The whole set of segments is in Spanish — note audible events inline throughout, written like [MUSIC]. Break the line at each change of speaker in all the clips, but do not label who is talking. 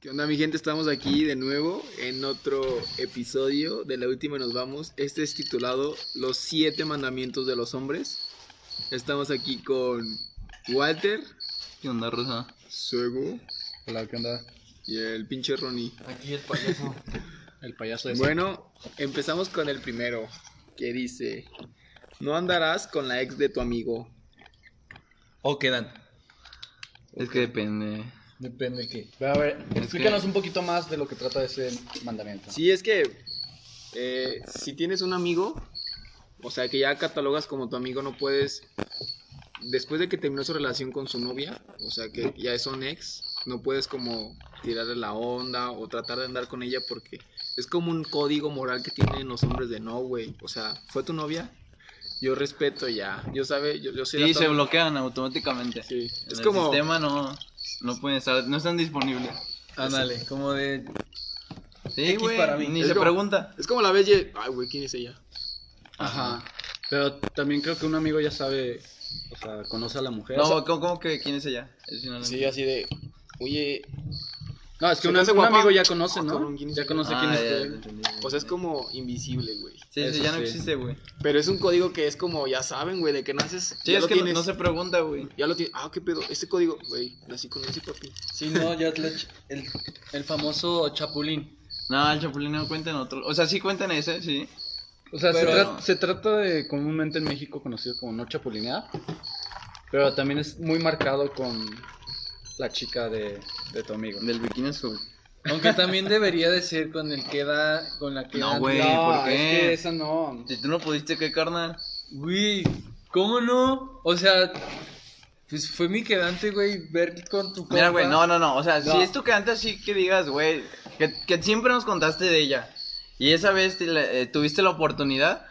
¿Qué onda, mi gente? Estamos aquí de nuevo en otro episodio de La Última Nos Vamos. Este es titulado Los Siete Mandamientos de los Hombres. Estamos aquí con Walter,
¿Qué onda, Rosa?
Suego
Hola, ¿qué onda?
y el pinche Ronnie.
Aquí el payaso.
El payaso es.
Bueno, empezamos con el primero, que dice, no andarás con la ex de tu amigo.
¿O quedan? Es que depende.
Depende de qué. Pero a ver, explícanos un poquito más de lo que trata ese mandamiento.
Sí, es que eh, si tienes un amigo, o sea, que ya catalogas como tu amigo, no puedes, después de que terminó su relación con su novia, o sea, que ya son ex, no puedes como tirarle la onda o tratar de andar con ella porque es como un código moral que tienen los hombres de no, güey. O sea, fue tu novia, yo respeto ya, yo sabe, yo, yo sé
Sí,
hasta
se
dónde-
bloquean automáticamente.
Sí,
En
es
el
como...
sistema no, no pueden estar, no están disponibles.
Ándale, como de.
Sí,
X
güey,
para mí.
ni
Es
se
como-
pregunta.
Es como la vez... lle- Ay, güey, ¿quién es ella?
Ajá. Pero también creo que un amigo ya sabe, o sea, conoce a la mujer.
No,
O sea,
¿cómo, cómo que quién es ella? Es una-
Sí, así de... Oye...
no es
¿se
que un,
te hace
un
guapa?
amigo ya conoce,
Ah,
¿no?
cabrón, ¿quién es
Ya
ella?
conoce
Ah,
quién
ya,
es.
ya te entendí,
O sea, es como invisible, güey.
Sí, sí,
eso
ya no
sí.
existe, güey.
Pero es un código que es como, ya saben, güey, de que naces...
Sí,
ya
es
lo
que no,
tienes.
no se pregunta, güey.
Ya lo tienes. Ah, qué pedo. Este código, güey, nací con ese papi.
Sí, no, ya es la ch- el, el famoso Chapulín.
No, el chapulín no cuenta en otro. O sea, sí cuentan ese, sí.
O sea, se,
Pero-
tra- se trata de comúnmente en México conocido como no chapulinear. Pero también es muy marcado con la chica de, de tu amigo.
Del bikini azul.
Aunque también debería de ser con el que da. Con la que
No,
da-
güey. ¿por qué?
es que esa no.
Si tú no pudiste, ¿qué carnal?
Güey, ¿cómo no? O sea, pues fue mi quedante, güey, ver con tu
Mira,
compa.
güey, no, no, no. O sea, si
No.
es tu cantante así que digas, güey, que, que siempre nos contaste de ella. Y esa vez te la- eh, tuviste la oportunidad.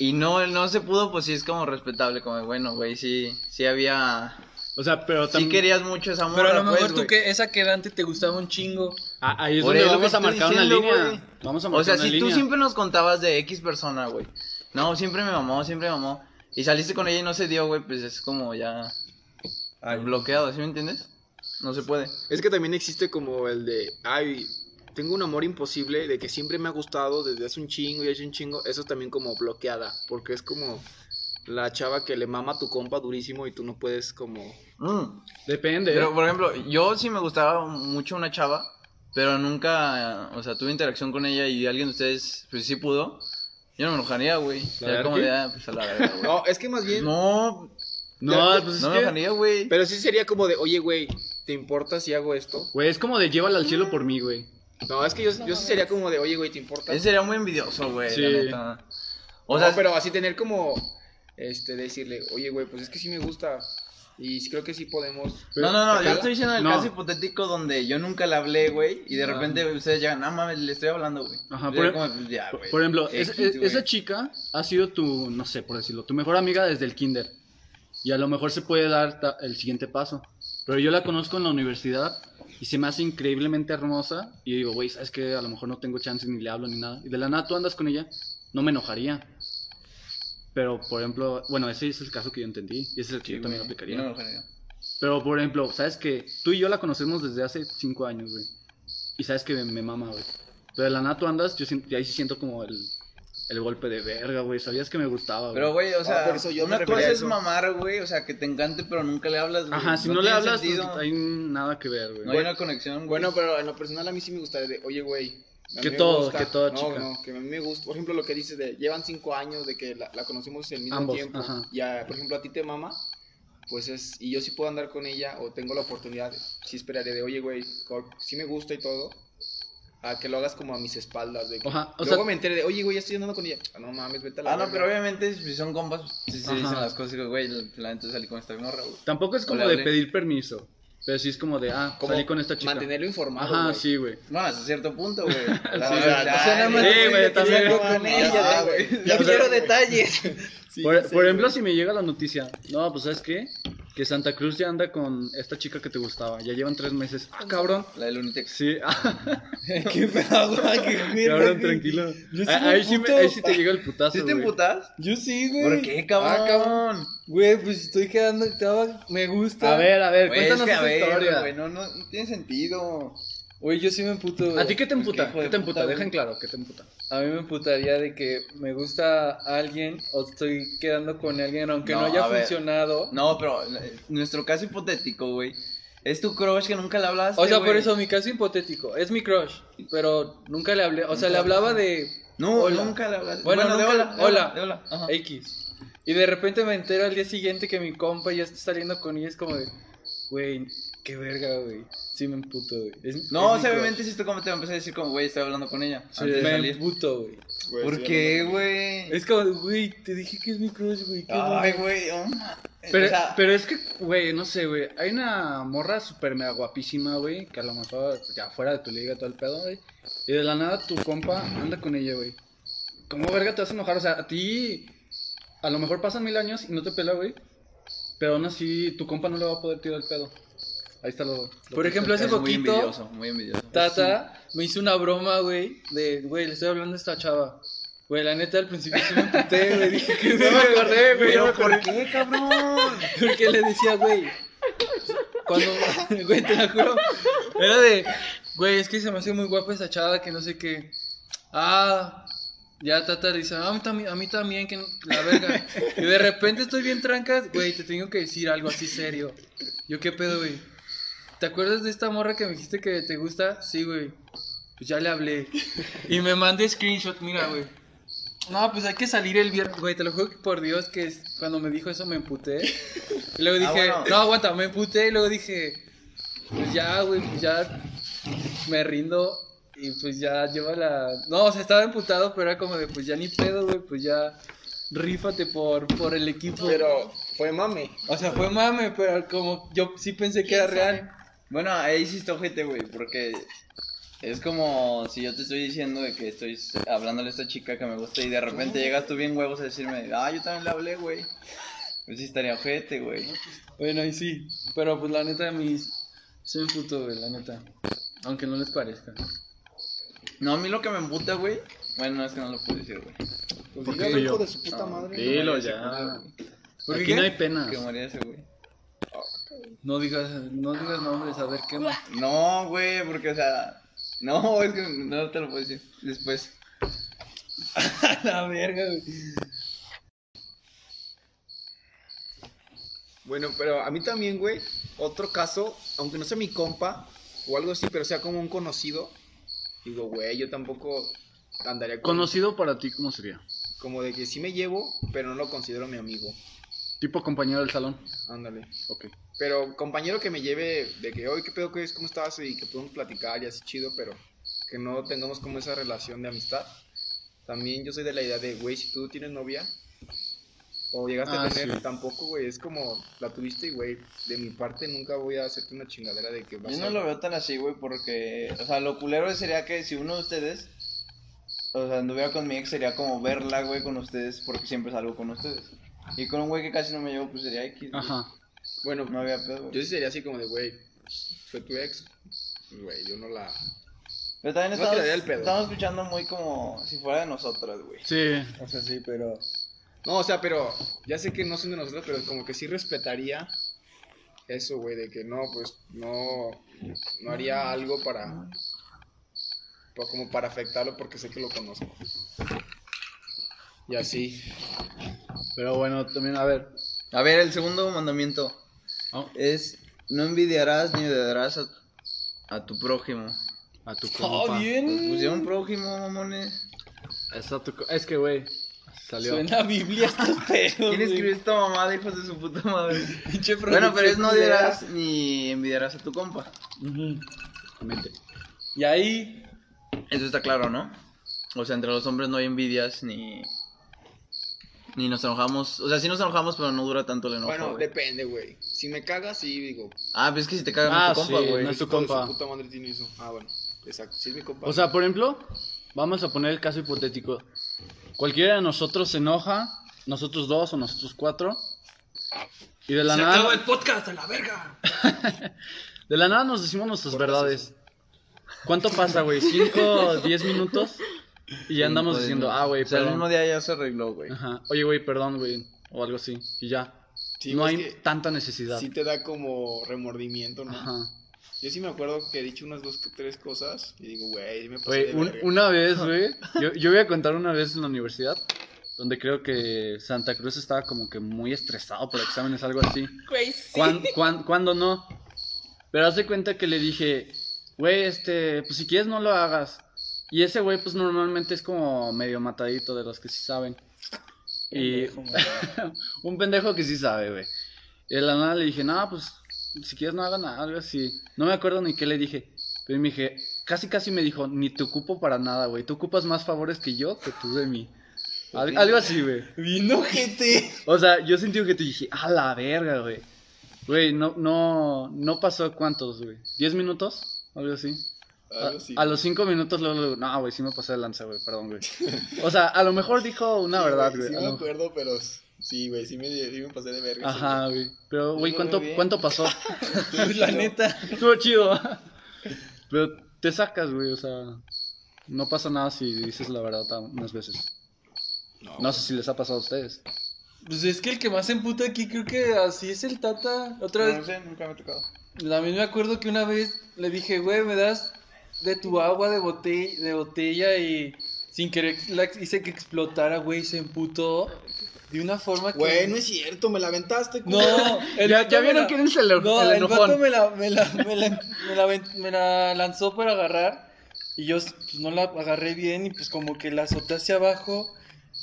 Y no, no se pudo, pues sí es como respetable. Como, bueno, güey, sí, sí había.
O sea, pero
Sí
también.
querías mucho esa morra,
Pero a lo
pues,
mejor tú
güey.
que esa quedante te gustaba un chingo.
Ah, ahí es
Por
donde
eso
vamos
que
a
estoy
marcar
diciendo,
una línea.
güey.
Vamos a marcar
O sea,
una
si tú
línea.
siempre nos contabas de X persona, güey. No, siempre me mamó, siempre me mamó. Y saliste con ella y no se dio, güey, pues es como ya. bloqueado, ¿sí me entiendes? No se puede.
Es que también existe como el de, ay, tengo un amor imposible, de que siempre me ha gustado desde hace un chingo y hace un chingo. Eso es también como bloqueada, porque es como la chava que le mama a tu compa durísimo y tú no puedes como...
Mm.
Depende.
Pero,
¿eh?
por ejemplo, yo sí me gustaba mucho una chava, pero nunca, eh, o sea, tuve interacción con ella y alguien de ustedes, pues sí pudo. Yo no me enojaría, güey.
¿La
Ya como
Arqui?
de, ah, pues a la verga,
[LAUGHS]
güey.
No, es que más bien...
No,
no,
Ya-
pues es
no me
que-
enojaría, güey.
Pero sí sería como de, oye, güey, ¿te importa si hago esto?
Güey, es como de llévala al cielo por mí, güey.
No, es que yo, yo sí sería como de, oye, güey, ¿te importa?
Ese sería muy envidioso, güey,
Sí.
la neta. O
No,
sea,
pero así tener como, este, decirle, oye, güey, pues es que sí me gusta y sí creo que sí podemos.
no, no, no, yo
Ojalá.
estoy diciendo el
No.
caso hipotético donde yo nunca le hablé, güey, y de
Ah.
repente ustedes llegan, ah, mames, le estoy hablando, güey.
Ajá,
Yo
por-
como, pues, ya, güey,
Por ejemplo,
X,
es- es-
güey.
esa chica ha sido tu, no sé, por decirlo, tu mejor amiga desde el kinder. Y a lo mejor se puede dar ta- el siguiente paso. Pero yo la conozco en la universidad y se me hace increíblemente hermosa. Y yo digo, güey, ¿sabes que A lo mejor no tengo chance ni le hablo ni nada. Y de la nada tú andas con ella, no me enojaría. Pero, por ejemplo, bueno, ese es el caso que yo entendí. Y ese es el que
Sí,
yo también
güey,
aplicaría.
yo no me enojaría.
Pero, por ejemplo, sabes que tú y yo la conocemos desde hace cinco años, güey. Y sabes que me, me mama, güey. Pero de la nada tú andas, yo siento, y ahí sí siento como el, el golpe de verga, güey. Sabías que me gustaba, güey.
Pero, güey, o sea,
Ah, por eso yo me
una
refería
cosa
a
es
eso.
mamar, güey, o sea, que te encante, pero nunca le hablas, güey.
Ajá, si no, le
tiene
hablas, pues,
sentido,
hay nada que ver, güey.
no hay una conexión, güey.
Bueno, pues, pero en lo personal a mí sí me gustaría de, oye, güey. a
Que
mí me
todo,
gusta".
que todo,
no,
chica.
No, que a mí me gusta. Por ejemplo, lo que dices de, llevan cinco años de que la, la conocemos el mismo
Ambos,
tiempo.
ajá.
Y, a- por ejemplo, a ti te mama, pues es, y yo sí puedo andar con ella o tengo la oportunidad, sí esperaré de, oye, güey, co- sí me gusta y todo. A que lo hagas como a mis espaldas, de que-
Ajá, o
Luego
sea-
me enteré de, oye, güey, ya estoy andando con ella. Ah, no mames, vete a la
Ah, no,
verga.
pero obviamente si son compas, pues, sí se
Ajá.
dicen las cosas, que, güey, la- la neta salí con esta morra, güey.
Tampoco es como
Hola,
de
hola.
pedir permiso. Pero sí es como de, ah,
Como
salí con esta chica.
Mantenerlo informado.
Ajá,
güey.
sí, güey.
Bueno, hasta cierto punto, güey.
Sí, o sea, no sea nada más,
Sí,
güey,
güey,
de que
también.
salgo con
Ya,
ella,
güey.
güey.
Ya
O sea,
quiero
güey.
detalles.
[LAUGHS] Sí,
por
sí,
por em-
güey.
ejemplo, si me llega la noticia, no, pues, ¿sabes qué?
que Santa Cruz ya anda con esta chica que te gustaba. Ya llevan tres meses. Ah, cabrón.
La del Unitex.
Sí. [LAUGHS]
[LAUGHS] Qué pedo, güey, qué mierda,
cabrón,
güey.
tranquilo.
Yo sí
Ah,
me
ahí, sí me-
emputo.
ahí sí te llega el putazo.
¿Sí te
güey.
emputas?
Yo sí, güey.
¿Por qué, cabrón?
Ah, cabrón. Güey, pues estoy quedando. estaba- Me gusta.
A ver, a ver,
Güey,
cuéntanos
es que, a
esa
ver,
historia.
güey, no, no, no tiene sentido.
Güey, yo sí me emputo, güey.
¿A ti qué te emputa?
hijo de
¿Qué te
puta,
emputa?
güey.
Dejen claro, ¿qué te emputa?
A mí me emputaría de que me gusta alguien o estoy quedando con alguien, aunque no,
No,
haya
a ver.
funcionado.
No, pero eh, nuestro caso hipotético, güey. Es tu crush que nunca le hablaste.
o sea, por
güey.
eso mi caso hipotético. Es mi crush, pero nunca le hablé. O sea, le
Nunca.
hablaba de.
No,
hola.
nunca le hablaste.
Bueno,
de
nunca-
hola, de
hola.
de hola. Ajá.
X. Y de repente me entero al día siguiente que mi compa ya está saliendo con ella. Es como de, güey, qué verga, güey. Sí me emputo, güey. Es-
No,
es
o
mi
sea,
crush.
obviamente si tú como te empecé a decir como, güey, estoy hablando con ella.
Sí,
antes de
me
salir.
emputo, güey.
Güey,
¿Por
sí,
qué,
no, no,
güey?
Es como, güey, te dije que es mi crush, güey. ¿qué
Ay,
onda?
güey, oh, ma-
Pero,
o sea,
pero es que, güey, no sé, güey. Hay una morra súper mega guapísima, güey. Que a lo mejor ya fuera de tu liga, todo el pedo, güey. Y de la nada tu compa anda con ella, güey. ¿Cómo verga te vas a enojar? O sea, a ti. A lo mejor pasan mil años y no te pela, güey. Pero aún así, tu compa no le va a poder tirar el pedo. Ahí está lo. lo
Por
que
ejemplo,
se-
hace
es muy
poquito-
envidioso, muy envidioso.
[LAUGHS] Tata me hizo una broma, güey, de, güey, le estoy hablando a esta chava. Güey, la neta, al principio sí me emputé, güey, dije [LAUGHS] que
Ya me acordé, güey. ya me
Pero
acordé.
¿por qué, cabrón?
[LAUGHS] Porque le decía, güey, cuando, [LAUGHS] güey, te la juro, era de, güey, es que se me hace muy guapa esa chava que no sé qué. Ah, ya Tata dice, "Ah, a mí, también- a mí también, que la verga. Y de repente estoy bien trancas, güey, te tengo que decir algo así serio. Yo, ¿qué pedo, güey? ¿Te acuerdas de esta morra que me dijiste que te gusta? Sí, güey. Pues ya le hablé. Y me mandé screenshot, mira, güey. No, pues hay que salir el viernes, güey. Te lo juro que por Dios que es- cuando me dijo eso me emputé. Y luego
Ah,
dije,
bueno.
no, aguanta, me emputé. Y luego dije, pues ya, güey, pues ya me rindo. Y pues ya lleva la. No, o sea, estaba emputado, pero era como de, pues ya ni pedo, güey, pues ya rífate por, por el equipo.
Pero fue mame.
O sea, fue mame, pero como yo sí pensé que era real.
Bueno, ahí sí está ojete, güey, porque es como si yo te estoy diciendo de que estoy hablándole a esta chica que me gusta y de repente llegas tú bien huevos a decirme, ah, yo también le hablé, güey. Pues sí estaría ojete, güey.
Bueno, y sí, pero pues la neta, mis. Soy un puto, güey, la neta. Aunque no les parezca.
Pues
No, a mí lo que me emputa, güey. Bueno, es que no lo puedo decir, güey.
Pues
¿Por
dígalo,
qué yo?
hijo de su puta
No,
madre.
Dilo ya. Aquí no hay penas.
Que moría ese, güey.
No digas, no digas nombres, a ver qué más.
No, güey, porque, o sea, no, [LAUGHS] es que no te lo puedo decir. Después.
la verga, güey.
Bueno, pero a mí también, güey, otro caso, aunque no sea mi compa o algo así, pero sea como un conocido, digo, güey, yo tampoco andaría con...
Conocido para ti, ¿cómo sería?
Como de que sí me llevo, pero no lo considero mi amigo.
Tipo compañero del salón.
Ándale.
Ok.
Pero compañero que me lleve de que, oye, ¿qué pedo que es? ¿Cómo estás? Y que podemos platicar y así chido, pero que no tengamos como esa relación de amistad. También yo soy de la idea de, güey, si tú tienes novia o llegaste
Ah,
a tener,
sí.
tampoco, güey, es como la tuviste y, güey, de mi parte nunca voy a hacerte una chingadera de que vas
Yo
a...
no lo veo tan así, güey, porque, o sea, lo culero sería que si uno de ustedes, o sea, anduviera con mi ex, sería como verla, güey, con ustedes, porque siempre salgo con ustedes. Y con un güey que casi no me llevo, pues sería X. güey.
Ajá.
Bueno,
No había pedo.
yo
Yo,
sí sería así como de, güey, fue tu ex, güey, yo no la...
Pero también
no
estamos,
tiraría el pedo.
estamos escuchando muy como si fuera de nosotros, güey.
Sí.
O sea, sí, pero... No, o sea, pero ya sé que no son de nosotros, pero como que sí respetaría eso, güey, de que no, pues no, no haría algo para... pa- Como para afectarlo porque sé que lo conozco. Y así.
Pero bueno, también, a ver.
A ver, el segundo mandamiento
oh,
es, no envidiarás ni odiarás a, a tu prójimo.
a
Ah,
tu
Oh,
compa.
Pues pusieron
bien.
prójimo, mamones.
Es, a tu co- es que, güey. Salió.
Suena a Biblia [LAUGHS] estos pedos.
¿Quién
güey.
escribió esta mamada, hijos de su puta madre?
Pinche
Bueno, pero
producción
es no
culera.
odiarás ni envidiarás a tu compa.
Ujú.
Mente.
Y ahí.
Eso está claro, ¿no? O sea, entre los hombres no hay envidias ni. Ni nos enojamos. O sea, sí nos enojamos, pero no dura tanto el enojo.
bueno,
güey.
depende, güey. Si me cagas, sí, digo...
Ah, pero es que si te cagan
Ah,
a tu compa,
sí,
güey.
no es tu
hijo de su
compa.
puta madre tiene eso. Ah, bueno. Exacto, sí es mi compa.
O sea, por ejemplo, vamos a poner el caso hipotético. Cualquiera de nosotros se enoja, nosotros dos o nosotros cuatro,
Y de la
Se
nada.
acabó el podcast a la verga.
[LAUGHS] De la nada nos decimos nuestras verdades. ¿Cuánto pasa, güey? ¿Cinco, diez minutos? Y ya andamos
Cinco,
diciendo,
diez
ah, güey,
Pues, O sea, el mismo
perdón.
día ya se arregló, güey.
Ajá. Oye, güey, perdón, güey. O algo así. Y ya.
Sí,
no
güey,
hay
es que
tanta necesidad.
Sí te da como remordimiento, ¿no?
Ajá.
Yo sí me acuerdo que he dicho unas dos, tres cosas y digo, güey, sí me pasé
Güey,
de
un-
verga".
una vez, güey, yo, yo voy a contar una vez en la universidad, donde creo que Santa Cruz estaba como que muy estresado por exámenes, algo así.
Güey, sí.
¿Cuán- cuán- ¿Cuándo no? Pero hace cuenta que le dije, güey, este, pues si quieres no lo hagas. Y ese güey, pues normalmente es como medio matadito de los que sí saben. Y [LAUGHS] un pendejo que sí sabe, güey. Y de la nada le dije, no, pues si quieres no hagas nada, algo así. No me acuerdo ni qué le dije. Pero me dije, casi casi me dijo, ni te ocupo para nada, güey. Tú ocupas más favores que yo que tú de mí. Al- algo así, güey.
Vino gente.
O sea, yo sentí que te dije, a la verga, güey. Güey, no, no, no pasó cuántos, güey. ¿Diez minutos? Algo así. A,
Algo así.
a los cinco minutos luego, luego, no, güey, sí me pasé de lanza, güey, perdón, güey. O sea, a lo mejor dijo una
Sí,
verdad, güey.
Sí
a
me
lo-
acuerdo, pero s- sí, güey, sí me, sí me pasé de verga. sí,
Ajá, güey. Pero, güey,
Muy
¿cuánto,
bien.
¿cuánto pasó? [LAUGHS]
güey.
La neta.
Estuvo chido. Pero te sacas, güey, o sea, no pasa nada si dices la verdad tan- unas veces.
No,
No sé si les ha pasado a ustedes.
Pues es que el que más se emputa aquí creo que así es el Tata. Otra
no, no
vez,
sé, nunca me ha tocado.
la misma me acuerdo que una vez le dije, güey, me das de tu agua de botella, de botella y sin querer la hice que explotara, güey, se emputó de una forma que...
Güey, no es cierto, me la aventaste.
No,
culo.
el
ya
vato
ya
me
vieron
la-
quién es el, el
No, el
enojón.
vato me la, me la, me la, me la avent- me la lanzó para agarrar y yo pues, no la agarré bien y pues como que la azoté hacia abajo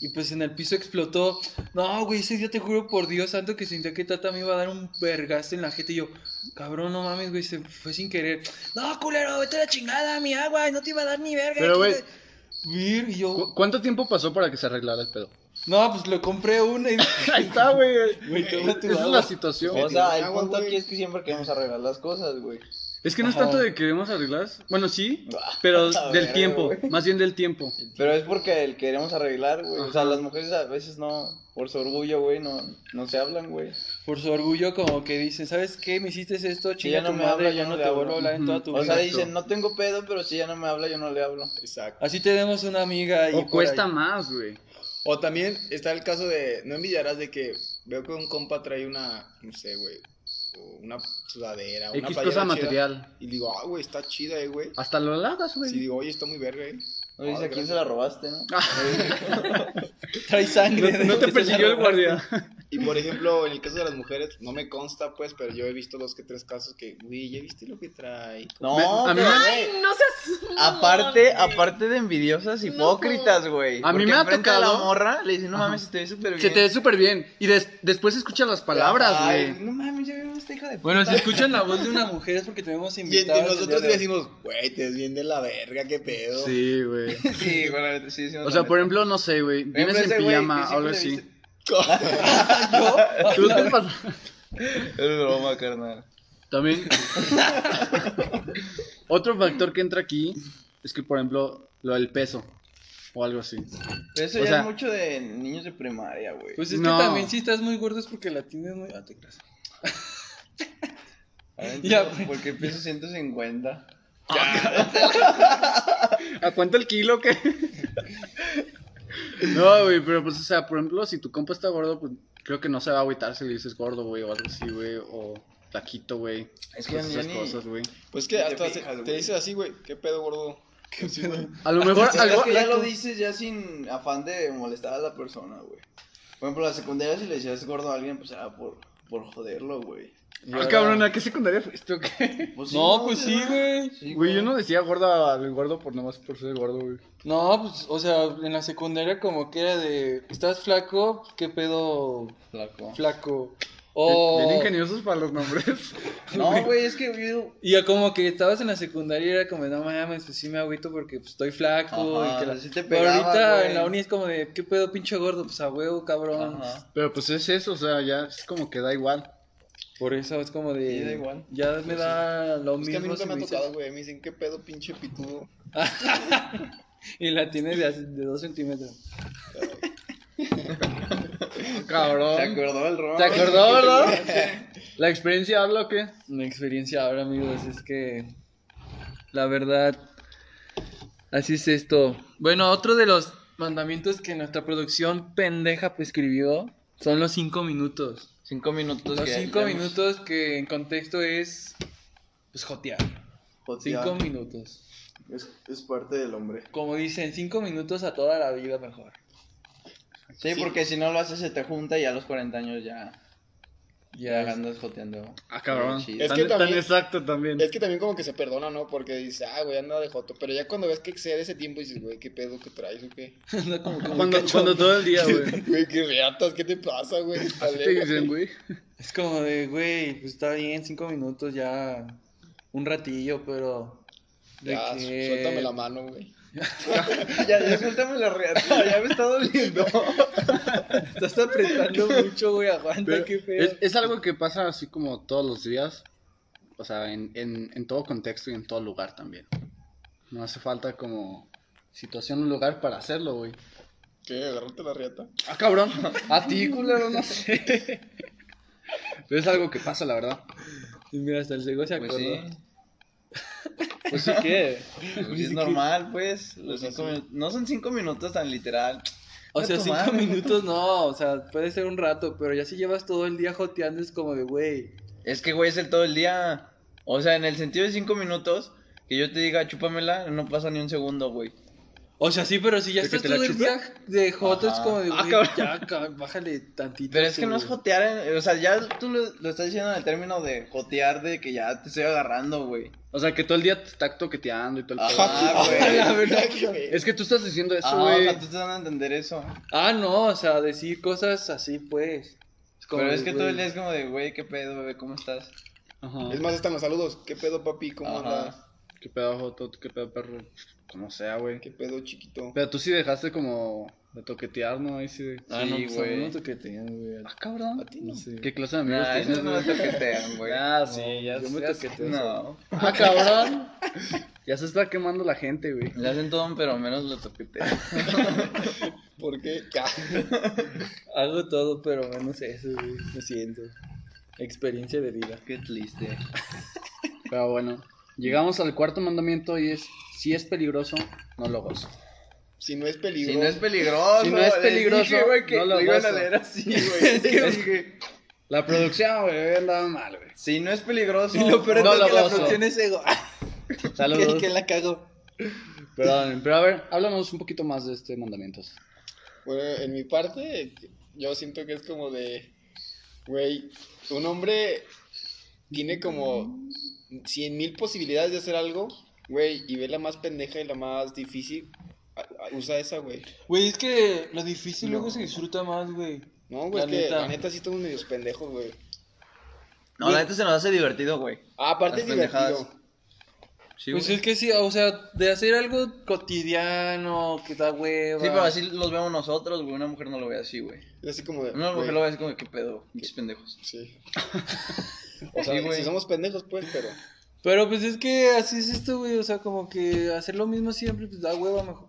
y pues en el piso explotó. No, güey, ese día te juro por Dios santo que sentía que Tata me iba a dar un vergazo en la jeta y yo, cabrón, no mames, güey, se fue sin querer. No, culero, vete a la chingada, mi agua, no te iba a dar ni verga.
Pero, güey,
quítate". Vir, y yo,
¿Cu- ¿Cuánto tiempo pasó para que se arreglara el pedo?
no, pues le compré una y... [LAUGHS]
Ahí está, güey.
Güey,
Esa
toma tu
es
agua.
la situación.
O sea, el
Agua,
punto
güey.
aquí es que siempre queremos arreglar las cosas, güey.
Es que no es
Ajá.
tanto de que debemos arreglar. Bueno, sí, pero
A
del
ver,
tiempo.
güey.
Más bien del tiempo.
Pero es porque el queremos arreglar, güey. O sea,
Ajá.
las mujeres a veces no, por su orgullo, güey, no, no se hablan, güey.
Por su orgullo como que dicen, ¿sabes qué? Me hiciste esto, chinga
no
tu
me
madre,
habla, yo
ya no
no le
te vuelvo a
hablo".
hablar en toda tu
O
vida.
sea, dicen, no tengo pedo, pero si ella no me habla, yo no le hablo.
Exacto.
Así tenemos una amiga y
O
por
cuesta
ahí.
más, güey.
O también está el caso de, no envidiarás de que veo que un compa trae una, no sé, güey, o una sudadera, una
X
playera
cosa
chida,
material.
Y digo, ah, güey, está chida, eh, güey.
Hasta lo halagas,
Sí,
güey.
digo, oye, está muy verga, eh.
No dice
Ah,
a
gracias.
quién se la robaste, ¿no?
trae sangre.
no,
de
no
lo
te
que
persiguió
se
el guardia.
Y por ejemplo, en el caso de las mujeres, no me consta, pues, pero yo he visto dos que tres casos que, güey, ya viste lo que trae.
No,
Me- a mí
pero,
me-
güey,
Ay, no seas. mamón,
Aparte,
güey.
aparte de envidiosas hipócritas, güey.
A mí
Porque
me ha
enfrente de
tocado-
la morra le dicen, no
Ajá.
mames, se te ve súper bien.
Se te ve súper bien. Y des- después escuchas las palabras,
Ay,
güey.
No mames, ya vimos esta hija de
Bueno, si escuchan la voz de una mujer es porque tenemos
Y
invitados.
entre
el
nosotros
día
le
de hoy.
decimos, güey, te ves bien de la verga, qué pedo.
Sí, güey.
Sí, bueno, la neta, sí, sí,
O sea, por ejemplo, no sé, güey. Vienes en pijama, algo
ahora
así.
Ah,
¿Tú te pasas?
Es broma, carnal.
También. Otro factor que entra aquí es que, por ejemplo, lo del peso o algo así.
Pero eso
O
ya
sea-
es mucho de niños de primaria, güey.
[LAUGHS] Pues es
No.
que también si estás muy gordo es porque la tienes muy... Ah, te creas.
Ahora
ya,
entiendo
güey.
¿Por qué peso 150?
¿A cuánto el kilo que? [LAUGHS] no, güey, pero pues, o sea, por ejemplo, si tu compa está gordo, pues creo que no se va a agüitar si le dices gordo, güey, o algo así, güey, o taquito, güey.
Es
Es
que
que
ya
esas
ni-
cosas, güey.
Pues que
Te
hasta
fijas,
se- te
güey.
dices así, güey, qué pedo, gordo. ¿Qué pedo?
A lo
[LAUGHS]
mejor
Es
algo.
que ya lo dices ya sin afán de molestar a la persona, güey. Por ejemplo, la secundaria si le decías gordo a alguien, pues era por, por joderlo, güey. Y
Ah,
ahora-
cabrón, ¿a qué secundaria fuiste o qué?
Pues sí,
No, pues sí,
¿verdad?
güey.
Sí,
Güey, yo no decía gordo al gordo por nomás por ser gordo, güey.
No, pues, o sea, en la secundaria como que era de... ¿Estás flaco? ¿Qué pedo
Flaco.
flaco?
Oh.
Bien
O...
ingeniosos para los nombres. [LAUGHS]
No, güey, es que yo...
Y ya como que estabas en la secundaria era como, no mames, pues sí me agüito porque pues, estoy flaco.
Ajá,
y que la-
sí te
Pero
pegaba,
ahorita
güey.
en la uni es como de, ¿qué pedo pinche gordo? Pues a huevo, cabrón.
Ajá.
Pero pues es eso, o sea, ya es como que da igual.
Por eso es como de,
Sí, da igual.
ya me da lo
Es que a mí
mismo.
nunca
si
me ha
me dices- [LAUGHS]
tocado, güey. Me dicen, qué pedo, pinche pitudo.
y la tiene de, as- de dos centímetros. Cabrón.
¿Se acordó el Ron?
¿Te acordó, verdad? ¿La experiencia habla o qué? La experiencia habla, amigos, es que la verdad, así es esto. Bueno, otro de los mandamientos que nuestra producción pendeja pues, escribió son los cinco minutos.
Cinco minutos.
Los
que
cinco
hemos-
minutos que en contexto es, pues, jotear.
Jotear.
Cinco minutos.
Es, es parte del hombre.
Como dicen, cinco minutos a toda la vida mejor.
Sí, porque si no lo haces se te junta y a los 40 años ya,
Ya,
ya
[LAUGHS]
andas joteando.
Ah, cabrón.
Sí.
Tan,
Es que
tan
también-
exacto también.
Es que también como que se perdona, ¿no? Porque dices, ah, güey, anda de joto. Pero ya cuando ves que excede ese tiempo dices, güey, ¿qué pedo que traes o
[LAUGHS]
qué?
anda como, como
Cuando, cuando todo el día, [LAUGHS] güey.
Güey, qué reatas, ¿qué te pasa, güey?
Así te dicen, güey.
Es como de, güey, pues está bien, cinco minutos ya, un ratillo, pero... De
Ya,
que-
suéltame la mano, güey.
Ya, ya suéltame la reata, ya me está doliendo. [LAUGHS]
Estás apretando mucho, güey, aguanta,
Pero
qué feo.
es, es algo que pasa así como todos los días, o sea, en, en, en todo contexto y en todo lugar también. No hace falta como situación o lugar para hacerlo, güey.
¿Qué? ¿Agarrarte la riata?
Ah, cabrón, [LAUGHS] a ti, culero, no sé. Pero es algo que pasa, la verdad.
Y mira, hasta el ciego se
Pues
acordó.
sí,
Pues sí, ¿qué?
pues es normal, pues. Los cinco minutos. No son cinco minutos tan literal.
O
Ve
sea,
tu
cinco
madre.
minutos no, o sea, puede ser un rato, pero ya si llevas todo el día joteando es como de, güey,
Es que, güey, es el todo el día. O sea, en el sentido de cinco minutos, que yo te diga, chúpamela, no pasa ni un segundo, güey.
O sea, sí, pero si ya
¿De que
estás
te la
todo el día de joto, es
Ajá.
como de,
Ah,
güey,
cabrón.
ya, cabrón, bájale tantito.
Pero es que
tú,
no es
güey.
jotear, en- o sea, ya tú lo, lo estás diciendo en el término de jotear, de que ya te estoy agarrando, güey.
O sea, que todo el día te está toqueteando y todo el pedo. Ah,
Ajá,
[LAUGHS]
güey.
La verdad.
Es que tú estás diciendo eso,
Ah,
güey.
ojalá tú te van a entender eso.
[LAUGHS] Ah, no, o sea, decir cosas así, pues. como
Pero
de,
es que todo
güey.
el día es como de, güey, qué pedo, bebé, ¿cómo estás?
Ajá.
Es más, están los saludos. ¿Qué pedo, papi? ¿Cómo
Ajá.
andas?
Qué pedo, Joto, qué pedo, perro. Como sea, güey.
¿Qué pedo, chiquito?
Pero tú sí dejaste como de toquetear, ¿no? Ahí sí. de-
Ah, no, pues, a mí no
toquetean, güey.
Ah, cabrón.
A ti no.
¿Qué clase de amigos
Ah,
Nah,
tienes,
esos no
güey?
me toquetean,
[LAUGHS]
güey.
Ah, sí, ya
yo me
ya-
toqueteo.
No.
Ah,
[LAUGHS]
cabrón. Ya se está quemando la gente, güey.
Le hacen todo, pero menos lo toquetean.
¿Por qué? [LAUGHS] Ah, Ya.
Hago todo, pero menos eso, güey. Lo siento. Experiencia de vida.
Qué triste.
Pero bueno, llegamos al cuarto mandamiento y es: si es peligroso, no lo gozo.
Si no es peligro.
Si no es peligroso.
Si no es
les
peligroso,
dije, güey, que
no lo
lo iban a
gozo.
leer
[LAUGHS]
así, güey.
Es que la producción, güey, andaba mal, güey.
Si no es peligroso.
[LAUGHS] Y lo peor de
no
todo
lo
es que la
gozo.
producción es ego.
[LAUGHS] Saludos.
Que, que la cago.
Perdón, pero a ver, háblanos un poquito más de este mandamiento.
Bueno, en mi parte, yo siento que es como de, güey, un hombre tiene como cien mil posibilidades de hacer algo, güey, y ve la más pendeja y la más difícil, a- a- usa esa, güey.
Güey, es que lo difícil luego se disfruta más, güey.
No, güey,
La
es que
neta.
la neta sí estamos medios pendejos, güey.
No, la neta se nos hace divertido, güey.
Ah, aparte
Las
es divertido.
pendejadas. Sí,
pues
güey.
es que sí, o sea, de hacer algo cotidiano que da hueva.
Sí, pero así los vemos nosotros, güey. Una mujer no lo ve así, güey.
Es así como de,
Una
güey,
mujer lo ve así como, qué pedo, pinches pendejos. [LAUGHS]
sí. O sea,
Sí, güey.
si somos pendejos, pues, pero
Pero pues es que así es esto, güey. O sea, como que hacer lo mismo siempre, pues da hueva. Mejor,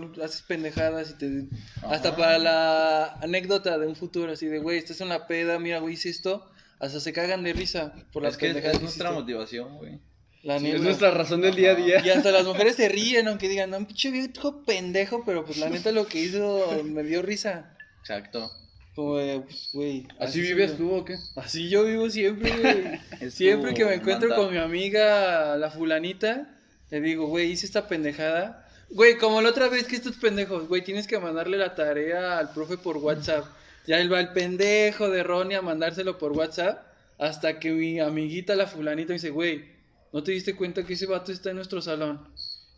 mejor haces pendejadas y te. Hasta para la anécdota de un futuro, así de, güey, estás en la peda, mira, güey, hice esto. Hasta se cagan de risa por las
Es que es,
pendejadas. que
nuestra
hiciste.
motivación, güey.
La
Es
neta.
nuestra razón del día a día.
Y hasta las mujeres se ríen, aunque digan, no, pinche viejo pendejo, pero pues la neta lo que hizo me dio risa.
Exacto.
Como de, pues, güey.
¿Así
soy yo.
vives tú o qué?
Así yo vivo siempre, güey.
[LAUGHS] Es
siempre
tu
que me encuentro
manta.
con mi amiga, la fulanita, le digo, güey, hice esta pendejada. Güey, como la otra vez que estos pendejos, güey, tienes que mandarle la tarea al profe por WhatsApp. Ya él va el pendejo de Ronnie a mandárselo por WhatsApp. Hasta que mi amiguita, la fulanita, me dice, güey, ¿no te diste cuenta que ese vato está en nuestro salón?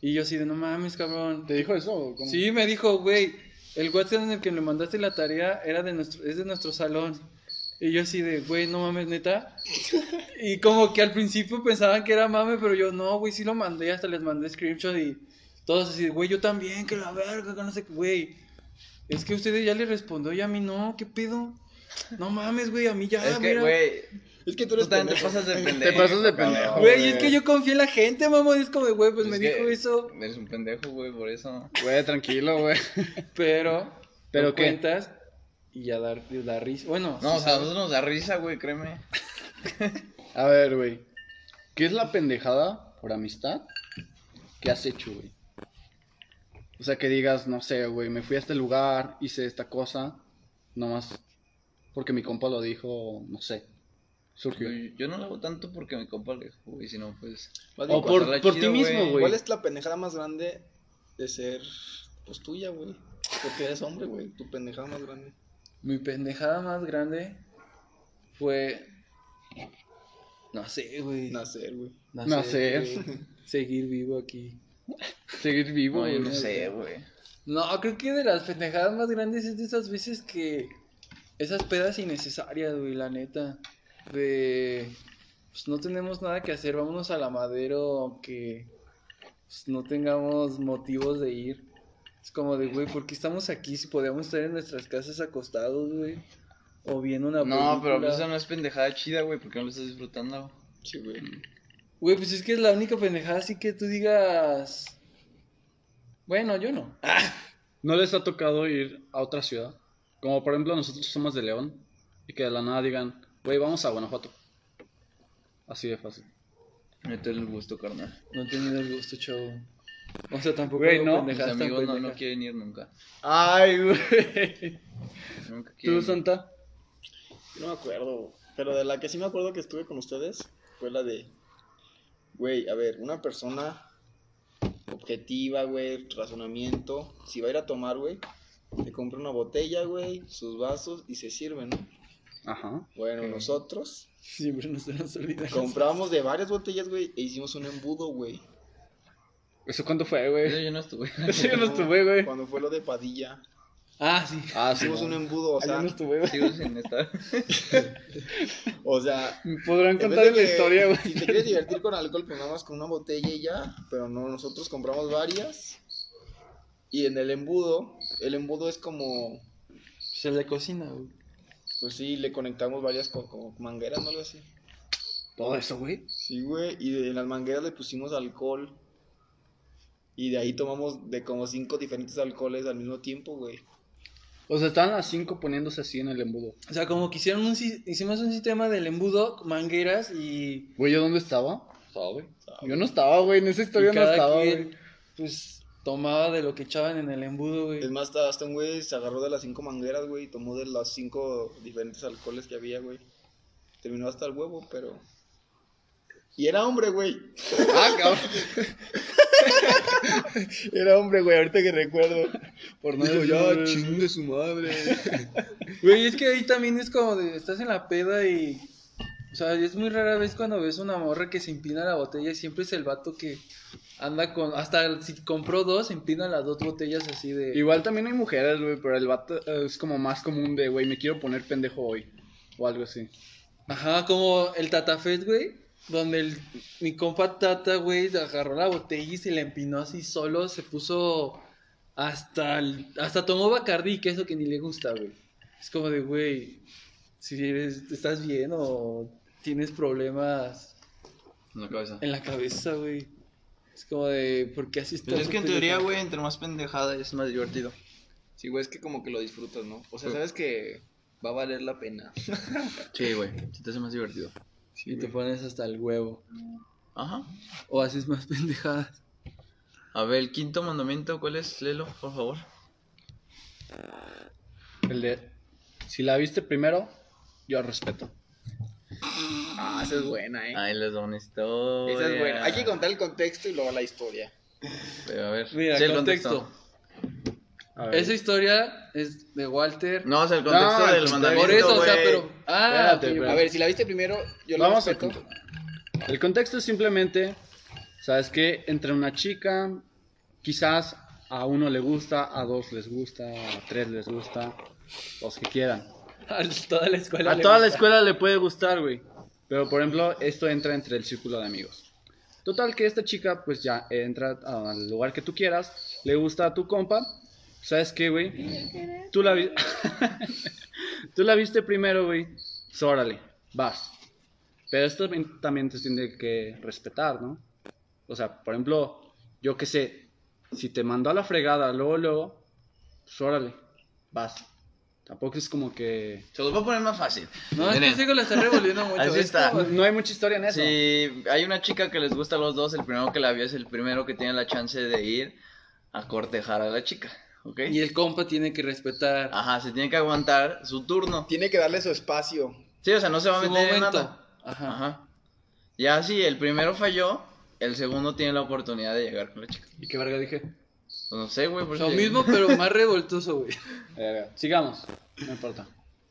Y yo así de, no mames, cabrón.
¿Te dijo eso o cómo?
Sí, me dijo, güey, el WhatsApp en el que le mandaste la tarea era de nuestro, es de nuestro salón. Y yo así de, güey, no mames, neta. Y como que al principio pensaban que era mame, pero yo no, güey, sí lo mandé, hasta les mandé screenshot y todos así, de, güey, yo también, que la verga, que no sé, qué". güey. Es que ustedes ya le respondió y a mí no, ¿qué pedo? No mames, güey, a mí ya,
Es que,
Ah, mira.
güey,
es que tú
tú
eres
también te
pendejo.
pasas de pendejo.
Te pasas de
cabrón.
pendejo.
Güey, es que yo confío en la gente, mamón, es como de, güey, pues
Es
me
que
dijo eso,
Eres un pendejo, güey, por eso.
Güey, tranquilo, güey.
pero,
¿Pero
¿Pero
qué?
cuentas y a dar, dar risa. Bueno,
No,
sí
o sea, a
sabes.
nosotros nos da risa, güey, créeme.
A ver, güey. ¿Qué es la pendejada por amistad que has hecho, güey? O sea, que digas, no sé, güey, me fui a este lugar, hice esta cosa, nomás porque mi compa lo dijo, no sé, surgió.
Yo- Yo no lo hago tanto porque mi compa le dijo, güey, sino pues.
O por,
pasarla
por ti
chido,
mismo,
güey.
güey.
¿Cuál es la pendejada más grande de ser, pues, tuya, güey? Porque eres hombre, güey, tu pendejada más grande.
Mi pendejada más grande fue. No sé, güey.
Nacer, güey.
Nacer.
güey. [LAUGHS] Seguir vivo aquí.
Seguir vivo,
No,
güey.
yo no sé, güey.
No, creo que de las pendejadas más grandes es de esas veces que. Esas pedas innecesarias, güey, la neta. De. Pues no tenemos nada que hacer, vámonos a la madero, aunque. pues, no tengamos motivos de ir. Es como de, güey, ¿por qué estamos aquí si podíamos estar en nuestras casas acostados, güey? O viendo una
No, pero pues,
película.
eso no es pendejada chida, güey, porque no lo estás disfrutando.
Sí, güey.
Mm.
Güey, pues es que es la única pendejada así que tú digas. Bueno, yo no.
¿No les ha tocado ir a otra ciudad? Como por ejemplo nosotros somos de León y que de la nada digan, güey, vamos a Guanajuato. Así de fácil.
No te el gusto, carnal.
No he tenido el gusto, chavo. O sea, tampoco
Güey,
hago
no,
Mis
pendejadas tan
amigos no, no
pendejas.
quieren ir nunca.
Ay, güey.
Nunca quieren ir.
¿Tú, Santa?
Yo No me acuerdo, pero de la que sí me acuerdo que estuve con ustedes fue la de, güey, a ver, una persona objetiva, güey, razonamiento, si va a ir a tomar, güey, le compra una botella, güey, sus vasos y se sirven, ¿no?
Ajá.
Bueno,
[LAUGHS]
nosotros
Siempre nos tenemos olvidar.
compramos de varias botellas, güey, e hicimos un embudo, güey.
¿Eso cuánto fue, güey? [LAUGHS]
[LAUGHS]
Eso yo no estuve.
Sí, yo no estuve, güey.
Cuando fue lo de Padilla,
Ah, sí.
Ah, sí.
hicimos un embudo, o
Ah, yo
sea,
no estuve, güey.
Sigo sin estar.
o
[LAUGHS]
sea,
Me podrán
en vez
contar
de
la
que-
historia, güey.
Si te quieres divertir con alcohol, pues nada más con una botella y ya. Pero no, nosotros compramos varias. Y en el embudo, el embudo es como,
Se le cocina, güey.
pues sí, le conectamos varias co- como mangueras o algo así.
Todo eso, güey.
Sí, güey, y de- en las mangueras le pusimos alcohol. Y de ahí tomamos de como cinco diferentes alcoholes al mismo tiempo, güey.
O sea, estaban las cinco poniéndose así en el embudo.
O sea, como que hicieron un, si- hicimos un sistema del embudo, mangueras y.
Güey, ¿yo dónde estaba? Yo no estaba, güey. En esa
y
historia no
cada
estaba,
quien,
güey.
Pues tomaba de lo que echaban en el embudo, güey.
Es más, hasta hasta un güey se agarró de las cinco mangueras, güey, y tomó de los cinco diferentes alcoholes que había, güey. Terminó hasta el huevo, pero... Y era hombre, güey.
[LAUGHS] Ah, cabrón.
Era hombre, güey, ahorita que recuerdo.
Por no
Digo,
decir,
ya,
güey.
chingue su madre.
Güey, es que ahí también es como de, estás en la peda y, o sea, es muy rara vez cuando ves una morra que se empina la botella, siempre es el vato que anda con, hasta si compró dos, se empina las dos botellas así de...
Igual también hay mujeres, güey, pero el vato eh, es como más común de, güey, me quiero poner pendejo hoy. O algo así.
Ajá, como el tatafet, güey, donde el, mi compa tata, güey, agarró la botella y se la empinó así solo, se puso hasta, el- hasta tomó Bacardí, que eso que ni le gusta, güey. Es como de, güey, si eres, estás bien o tienes problemas
En la cabeza.
En la cabeza, güey. Es como de, ¿por qué así está?
Pues es que en teoría, güey, entre más pendejada es más divertido.
Sí, güey, es que como que lo disfrutas, ¿no? O sea, sabes que va a valer la pena.
Sí, güey, se te hace más divertido.
Y te pones hasta el huevo.
Ajá.
O haces más pendejadas.
A ver, el quinto mandamiento, ¿cuál es? Léelo, por favor.
El de, si la viste primero, yo respeto.
Ah, esa es buena, ¿eh?
Ahí les da una historia.
Esa es buena.
Hay que contar el contexto y luego la historia.
Pero, a ver,
Mira,
sí, el
contexto.
A ver.
[LAUGHS] Esa historia es de Walter.
No, o sea, el contexto
No,
del
el
mandamiento.
pues, Por eso, o sea,
güey.
pero. Ah,
Espérate,
ok,
espérate.
A ver, Pues, si la viste primero, yo la
Vamos a
respeto.
con- El contexto es simplemente, sabes que entre una chica, quizás a uno le gusta, a dos les gusta, a tres les gusta, los que quieran.
a toda la escuela.
A
le
toda la
gusta.
escuela le puede gustar, güey. Pero por ejemplo, esto entra entre el círculo de amigos. Total que esta chica pues ya entra al lugar que tú quieras, le gusta a tu compa. ¿Sabes qué, güey? Tú la vi- [LAUGHS] Tú la viste primero, güey. So, órale, vas. Pero esto también- también te tiene que respetar, ¿no? O sea, por ejemplo, yo qué sé, si te mandó a la fregada luego, luego, pues órale, vas. Tampoco es como que.
Se los voy a poner más fácil.
No, es que
Miren,
sigo la está
[LAUGHS]
revolviendo mucho.
Así
Es
está.
como-
Pues, No hay mucha historia en eso.
Si hay una chica que les gusta a los dos, el primero que la vio es el primero que tiene la chance de ir a cortejar a la chica, ¿ok?
Y el compa tiene que respetar
Ajá, se tiene que aguantar su turno.
Tiene que darle su espacio.
Sí, o sea, no se va a
su
meter en
momento.
nada.
Ajá.
Ajá. Ya si el primero falló, el segundo tiene la oportunidad de llegar con la chica.
¿Y qué verga dije?
Pues no sé, güey, por eso
Lo
llegué.
mismo, pero más revoltoso, güey.
Verga. Eh, Sigamos. No importa.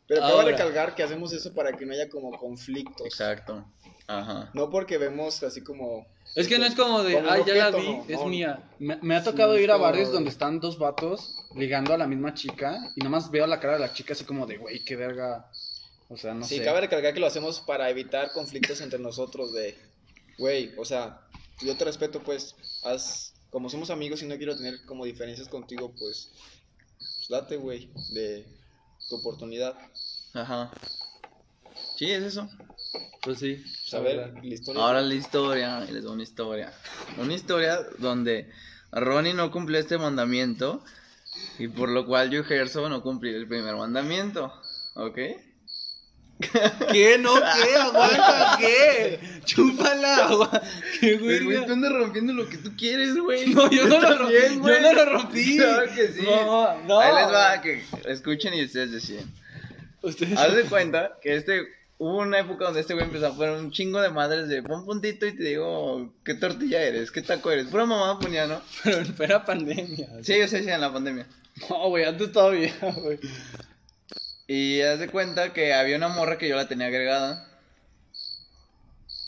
Pero acabo
Ahora.
de recalcar que hacemos eso para que no haya como conflictos.
Exacto. Ajá.
No porque vemos así como.
Es que no es como de,
Como
ah, ya la
objeto,
vi,
no,
es
no.
mía.
Me, me ha
Sí,
tocado
es
ir a
como
bares
de-
donde están dos vatos ligando a la misma chica y nomás veo la cara de la chica así como de, güey, qué verga. O sea, no
sí,
sé.
cabe recalcar que lo hacemos para evitar conflictos entre nosotros de, güey, o sea, yo te respeto, pues, haz, como somos amigos y no quiero tener como diferencias contigo, pues, pues, date, güey, de tu oportunidad.
Ajá. Sí, es eso. [LAUGHS]
Pues sí.
Pues, a ver, la historia.
Ahora la historia, y les doy una historia. Una historia donde Ronnie no cumplió este mandamiento y por lo cual yo ejerzo no cumplir el primer mandamiento. ¿Ok?
¿Qué? ¿No? ¿Qué? ¿Aguanta? ¿Qué? Chúpala,
Ah,
agua. ¿Qué,
Pues,
güey?
Güey, tú andas rompiendo lo que tú quieres, güey.
No, yo no lo rompí.
también,
yo
güey.
no lo
[LAUGHS]
rompí.
Claro que sí.
No, no.
Ahí les va, que escuchen y ustedes deciden.
Ustedes- [LAUGHS]
Haz de cuenta que este hubo una época donde este güey empezó a poner un chingo de madres de pon puntito y te digo qué tortilla eres, qué taco eres. Pura mamá ponía, ¿no?
Pero era pandemia.
Sí, yo sé, sí, en la pandemia.
No, güey, antes todavía, güey.
Y haz de cuenta que había una morra que yo la tenía agregada.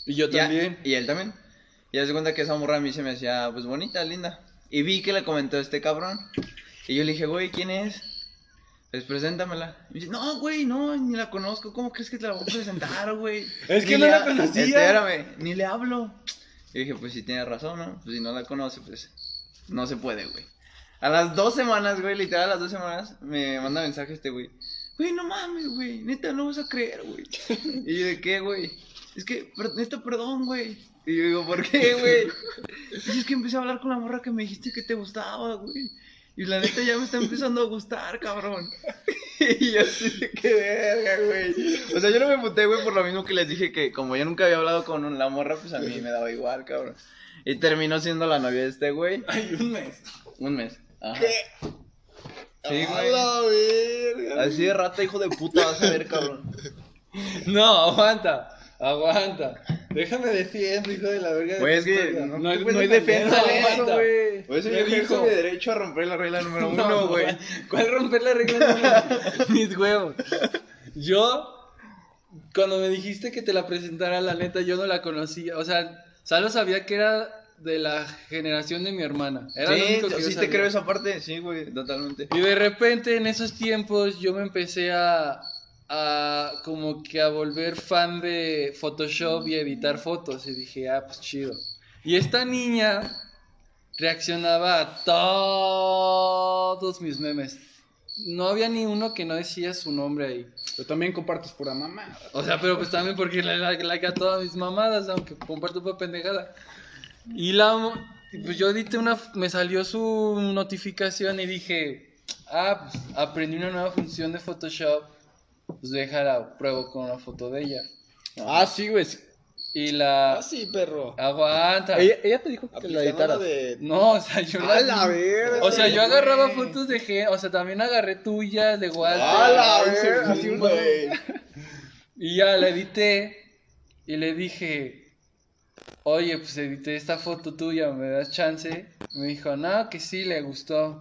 Y yo
Y a-
también.
Y, él también. Y haz de cuenta que esa morra a mí se me hacía, pues, bonita, linda. Y vi que le comentó este cabrón. Y yo le dije, güey, ¿quién es? Pues, preséntamela. Y me dice, no, güey, no, ni la conozco. ¿Cómo crees que te la voy a presentar, güey?
[LAUGHS] Es que
Ni
no
le
la
ha-
conocía.
Espérame, ni le hablo. Y dije, pues, si tiene razón, ¿no? Pues, si no la conoce, pues, no se puede, güey. A las dos semanas, güey, literal, a las dos semanas, me manda mensaje este güey. Güey, no mames, güey, neta, no vas a creer, güey. [LAUGHS] Y yo, ¿de qué, güey? Es que, per- neta, perdón, güey. Y yo digo, ¿por qué, [LAUGHS] güey? Dice, es que empecé a hablar con la morra que me dijiste que te gustaba, güey. Y la neta ya me está empezando a gustar, cabrón. [LAUGHS] y yo así de qué verga, güey. O sea, yo no me puté, güey, por lo mismo que les dije que como yo nunca había hablado con la morra, pues a mí me daba igual, cabrón. Y terminó siendo la novia de este güey.
Ay, un mes.
Un mes. Ajá. Sí,
¡A
güey.
la verga!
Así de rata, hijo de puta, vas a ver, cabrón.
No, aguanta. Aguanta. Déjame defiendo, hijo de la verga. de
Güey, es
tu
que
historia.
no-
No hay,
Pues
no hay
de
defensa
manera,
de eso,
aguanta.
güey.
Por eso
Me
yo ejerzo
dijo-
mi derecho a romper la regla [LAUGHS] número uno,
[LAUGHS] No,
güey.
¿cuál- ¿Cuál romper la regla [LAUGHS] número uno? Mis huevos. Yo, cuando me dijiste que te la presentara, la neta, yo no la conocía. O sea, solo sabía que era de la generación de mi hermana. Era lo
sí,
único que yo
sí te
sabía.
creo esa parte, sí, güey, totalmente.
Y de repente, en esos tiempos, yo me empecé a, a como que a volver fan de Photoshop y editar fotos. Y dije, ah, pues chido. Y esta niña reaccionaba a todos mis memes. No había ni uno que no decía su nombre ahí.
Pero también compartes pura mamá.
O sea, pero pues también porque le da like a todas mis mamadas, aunque comparto una pendejada. Y la mo- pues yo edité una me salió su notificación y dije, "Ah, pues, aprendí una nueva función de Photoshop, pues déjala, pruebo con una foto de ella."
Ah, sí, güey. sí.
Y la
Ah, sí, perro.
aguanta.
Ella, eh, ella te dijo que la
Aplicando
editaras.
de.
No, o sea, yo
¡A la verga!
O sea, yo agarraba
güey!
fotos de gen- o sea, también agarré tuyas de Walter.
Ah,
¡A Ah, la
Ay,
verga!
sí,
Así un
güey.
Y ya la edité y le dije, oye, pues edité esta foto tuya, ¿me das chance? Me dijo, no, que sí, le gustó.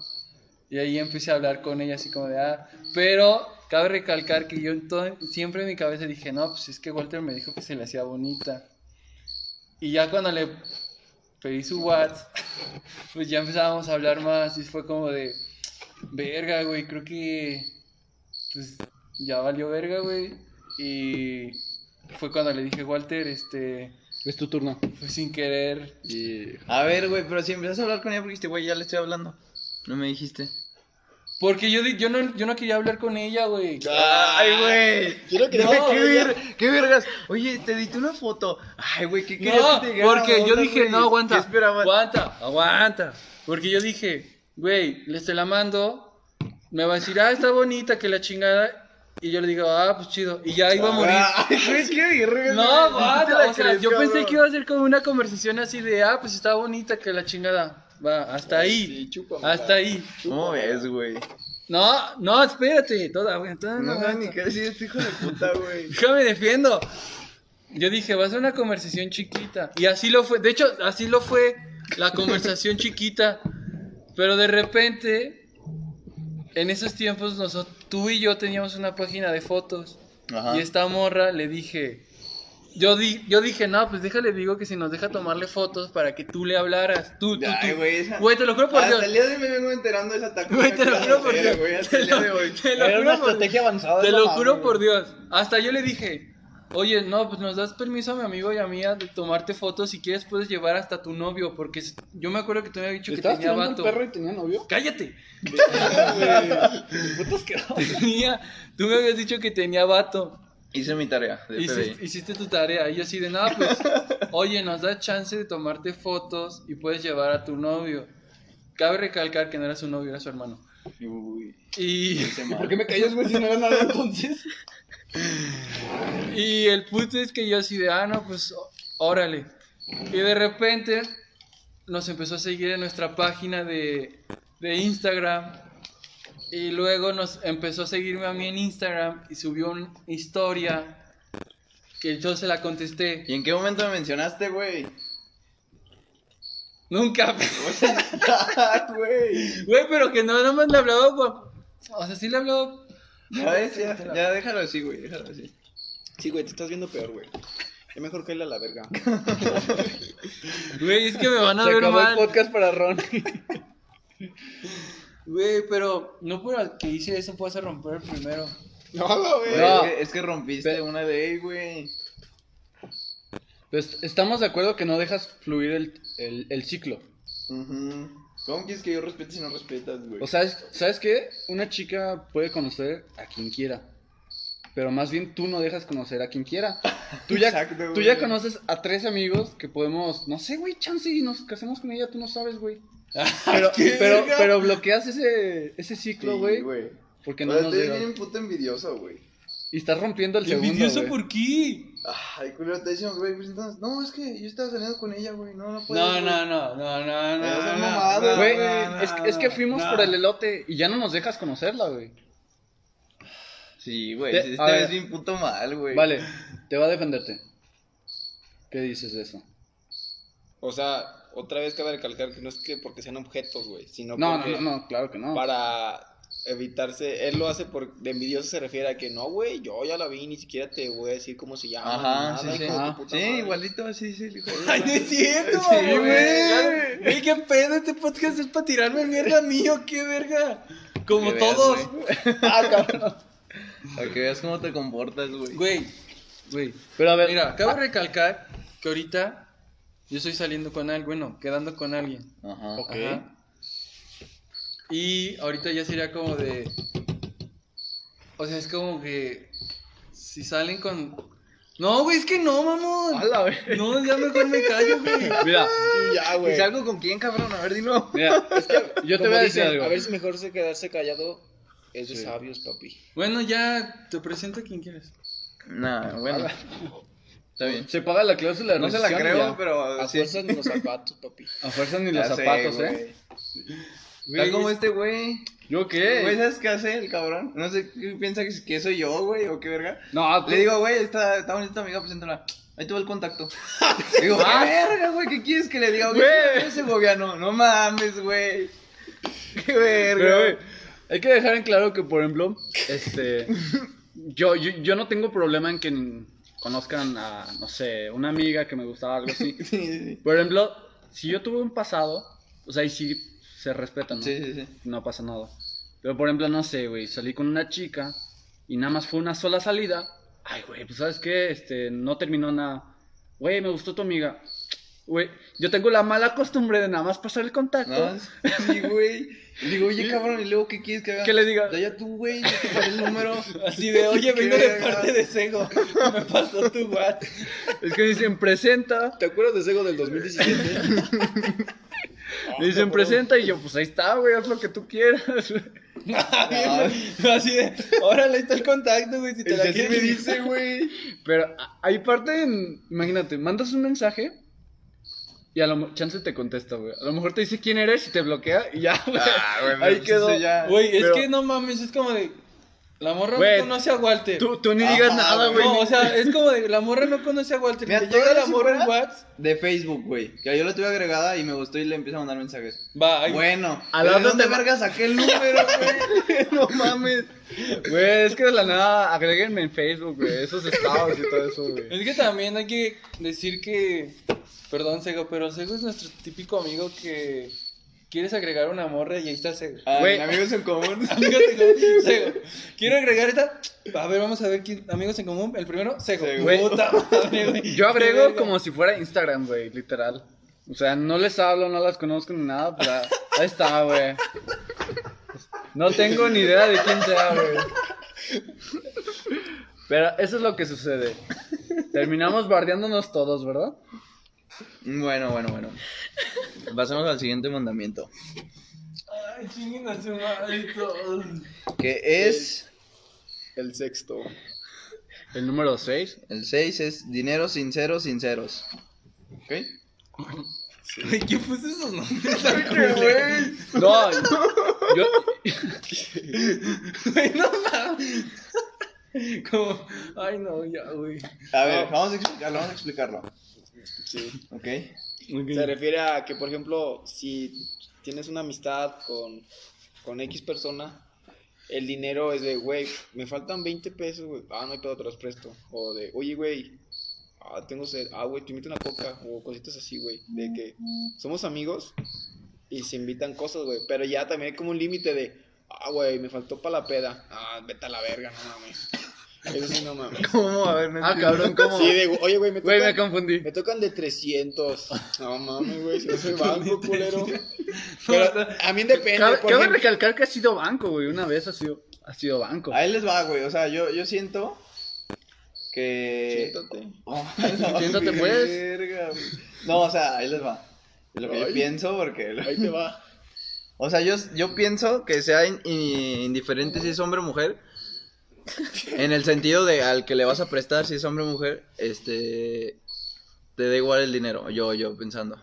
Y ahí empecé a hablar con ella así como de, ah, pero cabe recalcar que yo ento- siempre en mi cabeza dije, no, pues es que Walter me dijo que se le hacía bonita. Y ya cuando le pedí su WhatsApp, [LAUGHS] pues ya empezábamos a hablar más y fue como de, verga, güey, creo que, pues ya valió verga, güey. Y fue cuando le dije, Walter, este,
Es tu turno.
fue sin querer.
Y...
A ver, güey, pero si empezás a hablar con ella porque dijiste, güey, ya le estoy hablando. No me dijiste.
Porque yo, di- yo, no, yo no quería hablar con ella, güey.
Ay, güey.
Quiero que
No,
no,
qué,
güey, ya-
ver- qué vergas. Oye, te edité una foto. Ay, güey, ¿qué querías
No,
que te llegara
porque yo
otra,
dije,
güey?
no, aguanta,
¿Qué [LAUGHS] esperabas?
aguanta, aguanta. Porque yo dije, güey, les te la mando, me va a decir, ah, está bonita, que la chingada. Y yo le digo, ah, pues chido. Y ya iba a
[LAUGHS]
morir.
Güey, qué virgen.
No,
¿Sí te
vato,
la
o sea,
crees,
yo pensé
cabrón?
que iba a ser como una conversación así de, ah, pues está bonita que la chingada. Va, hasta ahí.
Sí, chúpame, va.
hasta ahí.
¿Cómo ves, güey?
No, no, espérate, toda, güey, toda no,
No
aguanta.
sabes ni qué decir este hijo de puta, güey.
Déjame defiendo. Yo dije, va a ser una conversación chiquita. Y así lo fue. De hecho, así lo fue
[LAUGHS]
la conversación chiquita. Pero de repente, en esos tiempos, nosotros, tú y yo teníamos una página de fotos.
Ajá.
Y esta morra le dije. Yo, di, yo dije, no, pues déjale, digo que si nos deja tomarle fotos para que tú le hablaras. Tú, tú,
Ay,
tú.
güey, Ah, esa-
Güey, te lo juro por
Hasta el
Dios.
día de hoy me vengo enterando de esa táctica.
Güey, te lo
que
juro por
era,
Dios.
güey, hasta
Te
el día de
lo,
hoy.
te lo
Era
juro
una
por Dios.
estrategia avanzada.
Te
esa
lo
madre,
juro
güey.
por Dios. Hasta yo le dije, oye, no, pues nos das permiso a mi amigo y a mí a de tomarte fotos. Si quieres, puedes llevar hasta tu novio. Porque es- yo me acuerdo que tú me habías dicho que
¿Estabas
tenía
tirando al
vato.
perro y tenía novio?
¡Cállate!
Putas que no.
[LAUGHS] Tenía, tú me habías dicho que tenía vato.
Hice mi tarea de FBI.
Hiciste, hiciste tu tarea. Y yo así de nada,
[LAUGHS]
pues, oye, nos da chance de tomarte fotos y puedes llevar a tu novio. Cabe recalcar que no era su novio, era su hermano. Y. [LAUGHS]
¿Por qué me callas, güey, si no era nada entonces?
Y el punto es que yo así de, ah, no, pues, ó- órale. Y de repente nos empezó a seguir en nuestra página de, de Instagram. Y luego nos empezó a seguirme a mí en Instagram y subió una historia que yo se la contesté.
¿Y en qué momento me mencionaste, güey?
[LAUGHS]
Nunca.
Ah, güey.
Güey, pero que no, nomás le hablaba, güey. O sea, sí le hablaba.
Ya ves, ya, ya déjalo así, güey, déjalo así.
Sí, güey, te estás viendo peor, güey. Es mejor caerle a la verga.
Güey, es que me van a
Se
ver
acabó el
mal.
podcast para
[LAUGHS]
Ron.
Güey, pero no por que hice eso, puedes romper primero.
No, no, güey.
Güey,
No.
Es, que, es que rompiste una de, güey.
Pues estamos de acuerdo que no dejas fluir el, el, el ciclo.
Ujú.
¿Cómo quieres que yo respete si no respetas, güey?
O sea, es- ¿sabes qué? Una chica puede conocer a quien quiera. Pero más bien tú no dejas conocer a quien quiera. Tú ya,
[LAUGHS]
Exacto,
tú
güey.
ya conoces a tres amigos que podemos, no sé, güey, chance y nos casemos con ella, tú no sabes, [LAUGHS] güey. Pero, pero, pero bloqueas ese, ese ciclo,
Sí,
güey.
güey.
porque no
Pues,
Ahora
nos
estoy
llega.
bien puto envidioso, güey.
Y estás rompiendo el segundo,
¿Envidioso
güey.
por qué?
Ay, culero, te decimos, güey, pues entonces, no, es que yo estaba saliendo con ella, güey, no, no
Pues,
puedo.
No, no, no, no, no, no.
Esas
no,
mamadas,
no,
Güey,
no,
es,
no,
es que
no.
fuimos por el elote y ya no nos dejas conocerla, güey.
Sí, güey,
Te-
si
a
te ves
ver.
bien puto mal, güey.
Vale, te va a defenderte. ¿Qué dices de eso?
O sea, otra vez cabe recalcar que no es que porque sean objetos, güey, sino
No, no,
porque
no, no, claro que no.
para evitarse, él lo hace por de envidioso se refiere a que no, güey, yo ya la vi, ni siquiera te voy a decir cómo se llama.
Ajá,
ni nada,
sí, sí.
hijo de
Ah,
tu puta
Sí,
madre".
igualito, sí, sí, el [LAUGHS] hijo. de-
[LAUGHS] Ay, no es cierto, güey.
güey.
Güey, qué pedo este podcast es para tirarme mierda mío, qué verga. Como
Que veas,
todos.
Ah,
Para que veas cómo te comportas, güey.
Güey, güey.
Pero a ver,
Mira, acabo de recalcar que ahorita yo estoy saliendo con alguien, bueno, quedando con alguien.
Ajá.
Ok.
Ajá. Y ahorita ya sería como de. O sea, es como que. Si salen con. No, güey, es que no, mamón.
Hola, güey.
No, ya mejor me callo, güey.
mira,
Sí, ya,
¿Y
güey.
salgo con quién, cabrón? A ver, dilo.
mira, yo te
Como
voy a decir
dicen,
algo.
A ver si mejor se quedarse callado es de
Sí.
sabios, papi.
Bueno, ya te presento a quien quieres.
Nah, bueno. Está bien.
Se paga la cláusula de
No se la
rescisión y
creo,
ya.
pero
A
sí.
fuerzas ni los zapatos, papi.
A fuerza ni
Ya
los
sé,
zapatos,
güey.
¿eh?
Está como este güey.
¿Yo
Güey,
qué?
¿sabes qué hace el cabrón? No sé, ¿qué piensa que, que soy yo, güey, o qué verga.
No,
Le digo, güey, está, está bonita tu amiga, preséntala. Ahí te va el [LAUGHS] contacto. digo, ¿qué verga, güey? ¿Qué quieres que le diga? Güey,
Güey.
ese gobierno, no mames, güey. [LAUGHS] Qué
Pero, güey,
verga.
hay que dejar en claro que, por ejemplo, este, yo, yo, yo no tengo problema en que conozcan a, no sé, una amiga que me gustaba, algo así. Por ejemplo, si yo tuve un pasado, o sea, ahí sí se respetan, ¿no?
Sí, sí, sí.
No pasa nada. Pero, por ejemplo, no sé, güey, salí con una chica y nada más fue una sola salida. Ay, güey, pues, ¿sabes qué? Este, no terminó nada. Güey, me gustó tu amiga. Güey, yo tengo la mala costumbre de nada más pasar el contacto.
No, [LAUGHS] sí, güey. Le digo, oye, cabrón, y luego, ¿qué quieres que haga?
Que le diga,
Daya tú, güey, yo te paré el
[LAUGHS]
número.
Así de, [LAUGHS] oye, vengo de parte de Sego. [LAUGHS] Me pasó tu WhatsApp.
es que me dicen, presenta.
¿Te acuerdas de Sego del 2017?
Ah,
Me dicen, presenta. Y yo, pues ahí está, güey, haz lo que tú quieras. güey.
[LAUGHS] Así de, órale, ahí está el contacto, güey, si te la
así me
quieres.
dice, güey.
Pero a- hay parte en. Imagínate, mandas un mensaje. Y a lo mejor. Chance te contesta, güey. A lo mejor te dice quién eres y te bloquea y ya, Ah, güey.
Ah,
[LAUGHS] Ahí
pues
quedó.
Güey, es
Pero-
que no mames, es como de, la morra
Güey,
no conoce a Walter.
Tú, tú ni digas nada, güey.
No, o [LAUGHS] sea, es como de, la morra no conoce a Walter.
Mira,
Le llega
todavía
la
si
morra
fuera-
en WhatsApp,
De Facebook, güey. Que yo la tuve agregada y me gustó y le empiezo a mandar mensajes.
va, ahí.
Bueno,
A
¿a
la
¿de
otra
dónde
te-
verga saqué el número,
[LAUGHS]
güey? no mames.
Güey, es que de la nada, agréguenme en Facebook, güey. Esos estados y todo eso, güey.
Es que también hay que decir que. Perdón, Sego, pero Sego es nuestro típico amigo que. Quieres agregar una morra y ahí está Sego. [LAUGHS]
Ah,
Güey.
amigos en común. [LAUGHS]
Amigos en común, Sego. Quiero agregar esta. A ver, vamos a ver quién. Amigos en común. El primero, Sego.
Sego.
Güey.
Puta madre, [LAUGHS] güey.
Yo
Qué
agrego
verga.
como si fuera Instagram, güey, literal. O sea, no les hablo, no las conozco ni nada, pero ahí está, güey. No tengo ni idea de quién sea, güey. Pero eso es lo que sucede. Terminamos bardeándonos todos, ¿verdad?
Bueno, bueno, bueno. Pasemos al siguiente mandamiento.
Ay, chinguen a su madre todos.
Que es.
El sexto.
El número 6.
El 6 es dinero sincero, sinceros. ¿Ok?
Güey, ¿Quién puso esos nombres?
No, yo,
Güey, no mames. Como. Ay, no, ya, güey.
A ver, vamos a explicarlo, vamos a explicarlo. ¿Ok?
Se refiere a que, por ejemplo, si tienes una amistad con, con X persona, el dinero es de, güey, me faltan 20 pesos, güey. Ah, no hay pedo, te los presto. O de, oye, güey, ah, tengo sed. Ah, güey, te invito una coca. O cositas así, güey. De que somos amigos y se invitan cosas, güey. Pero ya también hay como un límite de, ah, güey, me faltó para la peda. Ah, vete a la verga, no mames. Eso sí, no mames.
¿Cómo? A ver, no
ah, cabrón, ¿cómo?
Sí, de, oye, güey, me
Güey,
toca-
me confundí.
me tocan de 300. No mames, güey, si no
[LAUGHS]
soy banco, culero. Pero a mí depende,
Cabe,
por
cabe
ejemplo.
recalcar que ha sido banco, güey. Una vez ha sido, ha sido banco.
Ah,
Ahí les va, güey. O sea, yo, yo siento que.
Siéntate.
[LAUGHS] Oh, la
Siéntate, pues.
verga, güey. No, o sea, ahí les va. Lo que yo
Ay.
pienso, porque.
Ahí te va.
O sea, yo, yo pienso que sea in- in- indiferente si es hombre o mujer. En el sentido de al que le vas a prestar, si es hombre o mujer, este. Te da igual el dinero, yo, yo pensando.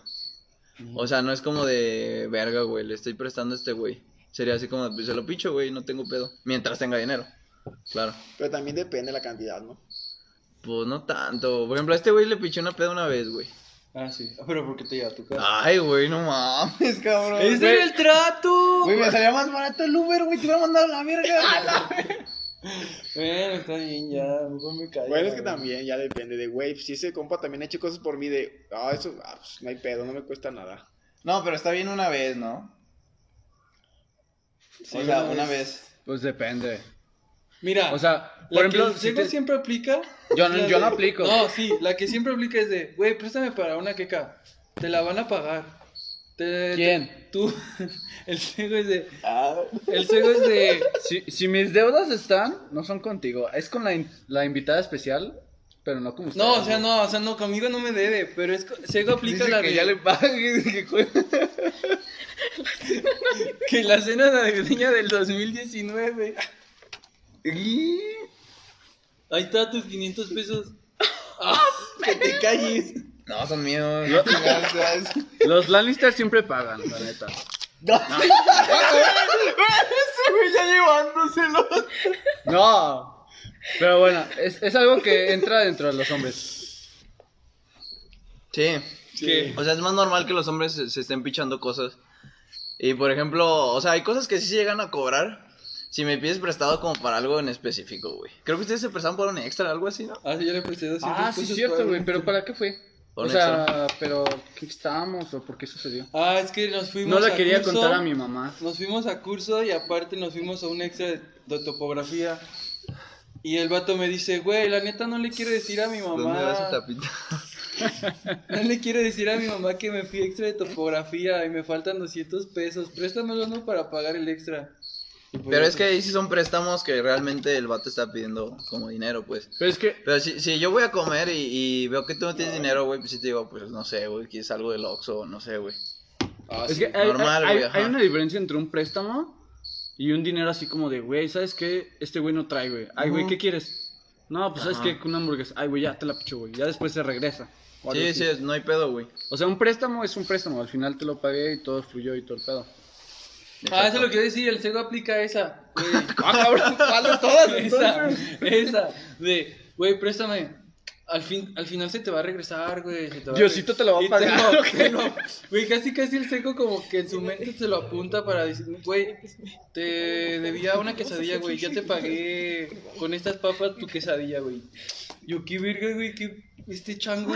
O sea, no es como de verga, güey, le estoy prestando a este güey. Sería así como, pues se lo picho, güey, no tengo pedo. Mientras tenga dinero. Claro.
Pero también depende la cantidad, ¿no?
Pues no tanto. Por ejemplo, a este güey le piché una peda una vez, güey.
Ah, sí. Ah, Pero ¿por qué te lleva a tu casa?
Ay, güey, no mames, cabrón.
¡Ese era el trato!
Güey, me salía más barato el Uber, güey, te iba a mandar a la verga. [LAUGHS]
Bueno, está bien, ya, mejor me callo.
Bueno, es
la
que
verdad.
también ya depende de, güey, si ese compa también ha hecho cosas por mí de, ah, eso, ah, pues, no hay pedo, no me cuesta nada.
No, pero está bien una vez, ¿no? o sea, una vez.
Pues depende.
Mira,
O sea,
la
por
que
ejemplo,
el
si
ciego
te-
siempre aplica.
[LAUGHS] Yo no-
es la
yo no
de-
aplico.
No, sí, la que siempre aplica es de, güey, préstame para una queca. Te la van a pagar. Te-
¿Quién? Ah.
tú. [LAUGHS] El ciego es de. El ciego es
[LAUGHS]
de.
Si, si mis deudas están, no son contigo. Es con la, in- la invitada especial, pero no como
No,
ustedes,
o sea,
güey.
no, o sea, no, conmigo no me debe, pero es. co- Ciego aplica
Dice
la
que
de.
ya le [LAUGHS] pague. que juegue.
Que la cena navideña
[LAUGHS]
del 2019. Ahí está tus 500 pesos.
Que te calles. [LAUGHS] No, son míos. No,
Los Lannister siempre pagan, la [LAUGHS] neta. No. Pero bueno, es, es algo que entra dentro de los hombres.
Sí.
Que
O sea, es más normal que los hombres se, se estén pichando cosas. Y por ejemplo, o sea, hay cosas que sí se llegan a cobrar. Si me pides prestado como para algo en específico, güey. Creo que ustedes se prestaron por un extra, algo así, ¿no?
Ah, sí, yo le presté 200
Ah, sí,
pesos
cierto,
para-
güey. Pero ¿para qué fue?
Por
O
un
sea, pero ¿qué estábamos o por qué sucedió?
Ah, es que nos fuimos
No la
a
quería
curso,
contar a mi mamá.
Nos fuimos a curso y aparte nos fuimos a un extra de, de topografía. Y el vato me dice, güey, la neta no le quiero decir a mi
¿Dónde va esa
mamá.
tapita?
[LAUGHS] No le quiero decir a mi mamá que me fui extra de topografía y me faltan 200 pesos. Préstamelo no para pagar el extra. Y pues,
Pero es que ahí sí son préstamos que realmente el vato está pidiendo como dinero, pues.
Pero es que,
Pero si, si yo voy a comer y, y veo que tú no tienes dinero, güey, pues sí te digo, pues no sé, güey, quieres algo del Oxxo, no sé, güey.
Ah, sí.
es que hay,
normal,
hay-
güey, ajá.
hay una diferencia entre un préstamo Y un dinero así como de, güey, ¿sabes qué? Este güey no trae, güey. Ay, güey,
Ujú.
¿qué quieres? No, pues ¿sabes
Ajá.
qué? Una hamburguesa. Ay, güey, ya te la picho, güey. Ya después se regresa. O algo
Sí,
así.
sí, es- no hay pedo, güey.
O sea, un préstamo es un préstamo. Al final te lo pagué y todo fluyó y todo el pedo.
Ah, eso es lo que yo decía, el cego aplica esa. [LAUGHS] güey.
Ah, cabrón, ¿cuál de todas?
esa, esa. De, güey, préstame. Al, fin, al final se te va a regresar, güey. se te va a
Diosito te lo va a
regresar.
pagar,
Y
[LAUGHS]
te lo- te lo- Güey, casi casi el seco como que en su mente se lo apunta para decir, güey, te debía una quesadilla, güey. Ya te pagué con estas papas tu quesadilla, güey. Yo, qué verga, güey, qué... Este chango.